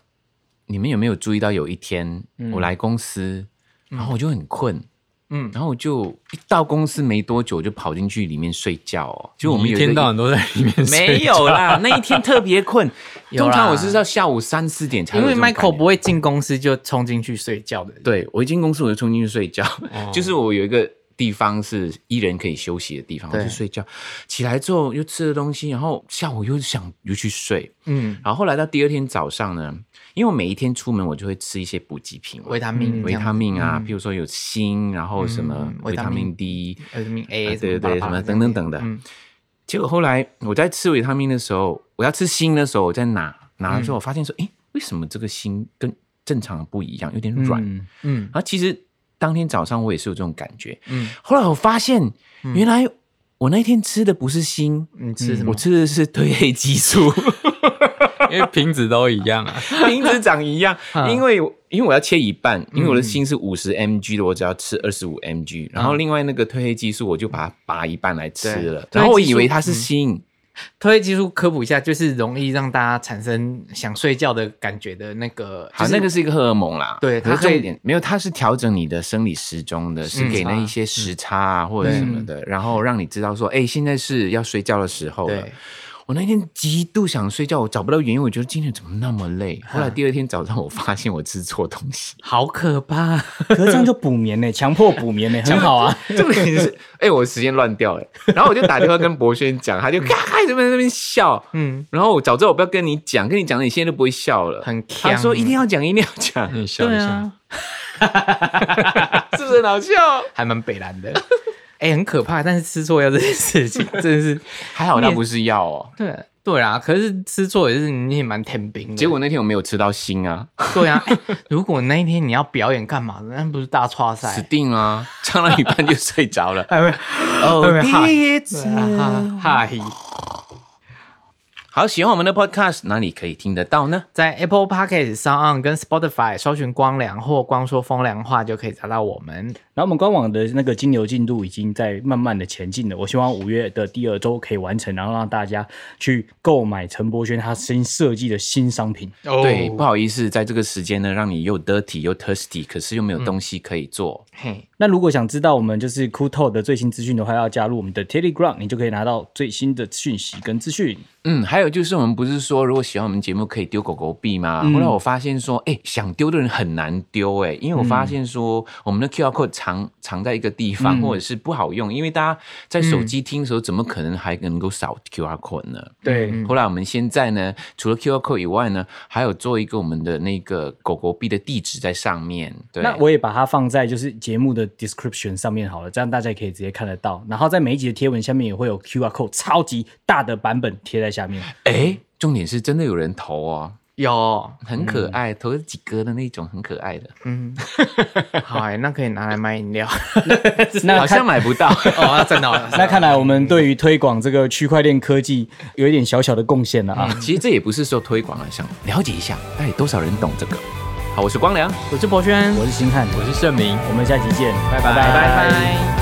[SPEAKER 2] 你们有没有注意到，有一天我来公司，然后我就很困，
[SPEAKER 3] 嗯，
[SPEAKER 2] 然后我就一到公司没多久就跑进去里面睡觉哦。就我们
[SPEAKER 5] 你一
[SPEAKER 2] 有一
[SPEAKER 5] 天
[SPEAKER 2] 个
[SPEAKER 5] 到晚都在里面
[SPEAKER 2] (laughs)
[SPEAKER 5] 睡
[SPEAKER 2] 没
[SPEAKER 5] 觉
[SPEAKER 2] 有啦，那一天特别 (laughs) 困。
[SPEAKER 3] 有
[SPEAKER 2] 通
[SPEAKER 3] 啦
[SPEAKER 2] 常我是到下午三四点才有
[SPEAKER 3] 因为
[SPEAKER 2] 这种感觉。
[SPEAKER 3] Michael 不会进公司就冲进去睡觉的。
[SPEAKER 2] 对我一进公司我就冲进去睡觉， (laughs) 就是我有一个地方是一人可以休息的地方，我
[SPEAKER 3] 对
[SPEAKER 2] 就睡觉。起来之后又吃了东西，然后下午又想又去睡，
[SPEAKER 3] 嗯，
[SPEAKER 2] 然后后来到第二天早上呢，因为我每一天出门我就会吃一些补给品嘛，
[SPEAKER 3] 维他命，
[SPEAKER 2] 维他命啊，譬如说有锌，然后什么
[SPEAKER 3] 嗯
[SPEAKER 2] 维他命 D，
[SPEAKER 3] 这样子，维他命 A，
[SPEAKER 2] 哎对对对，
[SPEAKER 3] 巴
[SPEAKER 2] 什
[SPEAKER 3] 拉巴
[SPEAKER 2] 么
[SPEAKER 3] 拉
[SPEAKER 2] 等等等的。
[SPEAKER 3] 嗯
[SPEAKER 2] 结果后来我在吃维他命的时候，我要吃锌的时候，我在拿拿
[SPEAKER 3] 嗯
[SPEAKER 2] 了之后，我发现说，诶，为什么这个锌跟正常的不一样，有点软？
[SPEAKER 4] 嗯
[SPEAKER 3] 嗯
[SPEAKER 2] 然后其实当天早上我也是有这种感觉。
[SPEAKER 3] 嗯，
[SPEAKER 2] 后来我发现，原来我那天吃的不是锌，嗯
[SPEAKER 3] 你吃什么 (laughs)
[SPEAKER 2] 我？吃的是褪黑激素。
[SPEAKER 5] (laughs) 因为瓶子都一样啊。
[SPEAKER 2] 瓶子长一样，
[SPEAKER 3] 嗯
[SPEAKER 2] 因为我因为我要切一半，因为我的心是五十 mg 的，我只要吃二十五 mg，然后另外那个褪黑激素我就把它拔一半来吃了，
[SPEAKER 3] 嗯对
[SPEAKER 2] 然后我
[SPEAKER 3] 褪黑激
[SPEAKER 2] 以
[SPEAKER 3] 素嗯
[SPEAKER 2] 为它是锌，
[SPEAKER 3] 褪黑激素科普一下，就是容易让大家产生想睡觉的感觉的那个，
[SPEAKER 2] 好，
[SPEAKER 3] 就是
[SPEAKER 2] 那个是一个荷尔蒙啦，
[SPEAKER 3] 对
[SPEAKER 2] 可是
[SPEAKER 3] 它嗯可以
[SPEAKER 2] 重点没有，它是调整你的生理时钟的，是给那一些时差啊或者什
[SPEAKER 3] 嗯
[SPEAKER 2] 么的，然后让你知道说，哎，现在是要睡觉的时候了
[SPEAKER 3] 对。
[SPEAKER 2] 我那天极度想睡觉，我找不到原因，我觉得今天怎么那么累。
[SPEAKER 3] 嗯
[SPEAKER 2] 后来第二天早上，我发现我吃错东
[SPEAKER 3] (laughs)
[SPEAKER 2] 西。
[SPEAKER 3] 好可怕。
[SPEAKER 4] 可是这样就补眠呢，强迫补眠呢，很好啊。
[SPEAKER 2] 重点是，哎、我时间乱掉哎、然后我就打电话跟博轩讲，他就咔咔在那边那边笑，
[SPEAKER 3] 嗯，
[SPEAKER 2] 然后我早知道我不要跟你讲，跟你讲了你现在都不会笑了，
[SPEAKER 3] 很
[SPEAKER 2] 他说一定要讲，一定要
[SPEAKER 3] (laughs)
[SPEAKER 2] 讲，
[SPEAKER 5] 你笑一下，
[SPEAKER 3] 啊
[SPEAKER 2] 是不是很好笑？
[SPEAKER 3] 还蛮北蓝的。 (laughs) 哎、很可怕，但是吃错药这件事 (laughs) 情真的是，
[SPEAKER 2] 还好那不是药哦。
[SPEAKER 3] 对对啦。可是吃错也是你也蛮天兵的。
[SPEAKER 2] 结果那天我没有吃到心啊，
[SPEAKER 3] 对啊、哎如果那一天你要表演干嘛的，那 (laughs) 不是大差
[SPEAKER 2] 死
[SPEAKER 3] 赛？
[SPEAKER 2] 定啊！ (laughs) 唱到一半就睡着了。
[SPEAKER 3] (laughs) 哎，
[SPEAKER 2] 哦，第一
[SPEAKER 3] 对
[SPEAKER 2] 次。
[SPEAKER 3] 啊哈嗨，
[SPEAKER 2] 好，喜欢我们的 podcast，哪里可以听得到呢？
[SPEAKER 3] 在 Apple Podcast 上 on 跟 Spotify 搜寻“光良”或“光说风凉话”就可以找到我们。
[SPEAKER 4] 然后我们官网的那个金流进度已经在慢慢的前进了，我希望五月的第二周可以完成，然后让大家去购买陈柏轩他新设计的新商品。
[SPEAKER 3] 哦
[SPEAKER 2] 对，啊不好意思，在这个时间呢，让你又 dirty 又 thirsty，可是又没有东西可以做。
[SPEAKER 3] 嘿，
[SPEAKER 4] 那如果想知道我们就是 c o o t o 的最新资讯的话，要加入我们的 Telegram，你就可以拿到最新的讯息跟资讯。
[SPEAKER 2] 嗯，还有就是我们不是说，如果喜欢我们节目可以丢狗狗币吗？
[SPEAKER 3] 嗯
[SPEAKER 2] 后来我发现说，哎、想丢的人很难丢，哎，因为我发现说
[SPEAKER 3] 嗯
[SPEAKER 2] 我们的 QR code 藏藏在一个地方，或者是不好用，因为大家在手
[SPEAKER 3] 嗯
[SPEAKER 2] 机听的时候，怎么可能还能够扫 QR code 呢？
[SPEAKER 4] 对
[SPEAKER 3] 嗯
[SPEAKER 2] 后来我们现在呢，除了 QR code 以外呢，还有做一个我们的那个狗狗币的地址在上面。对，
[SPEAKER 4] 那我也把它放在就是节目的 description 上面好了，这样大家也可以直接看得到。然后在每一集的贴文下面也会有 QR code 超级大的版本贴在下
[SPEAKER 2] (laughs)
[SPEAKER 4] 面。
[SPEAKER 2] 哎，重点是真的有人投哦，
[SPEAKER 3] 有，
[SPEAKER 2] 很可爱，投了几个的那种，很可爱的，
[SPEAKER 3] 嗯，好、哎，那可以拿来买饮料。
[SPEAKER 4] 那
[SPEAKER 2] 好像
[SPEAKER 4] 看
[SPEAKER 2] 买不
[SPEAKER 4] (laughs)
[SPEAKER 2] 到。
[SPEAKER 3] (laughs) 哦，真 (laughs) 的、哦，
[SPEAKER 4] 那看来我们对于推广这个区块链科技有一点小小的贡献了啊。
[SPEAKER 2] 其实这也不是说推广了，想了解一下到底多少人懂这个。好，我是光良。
[SPEAKER 3] 我是博轩，
[SPEAKER 4] 我是星汉，
[SPEAKER 5] 我是盛明。
[SPEAKER 4] 我们下期见，
[SPEAKER 3] 拜拜。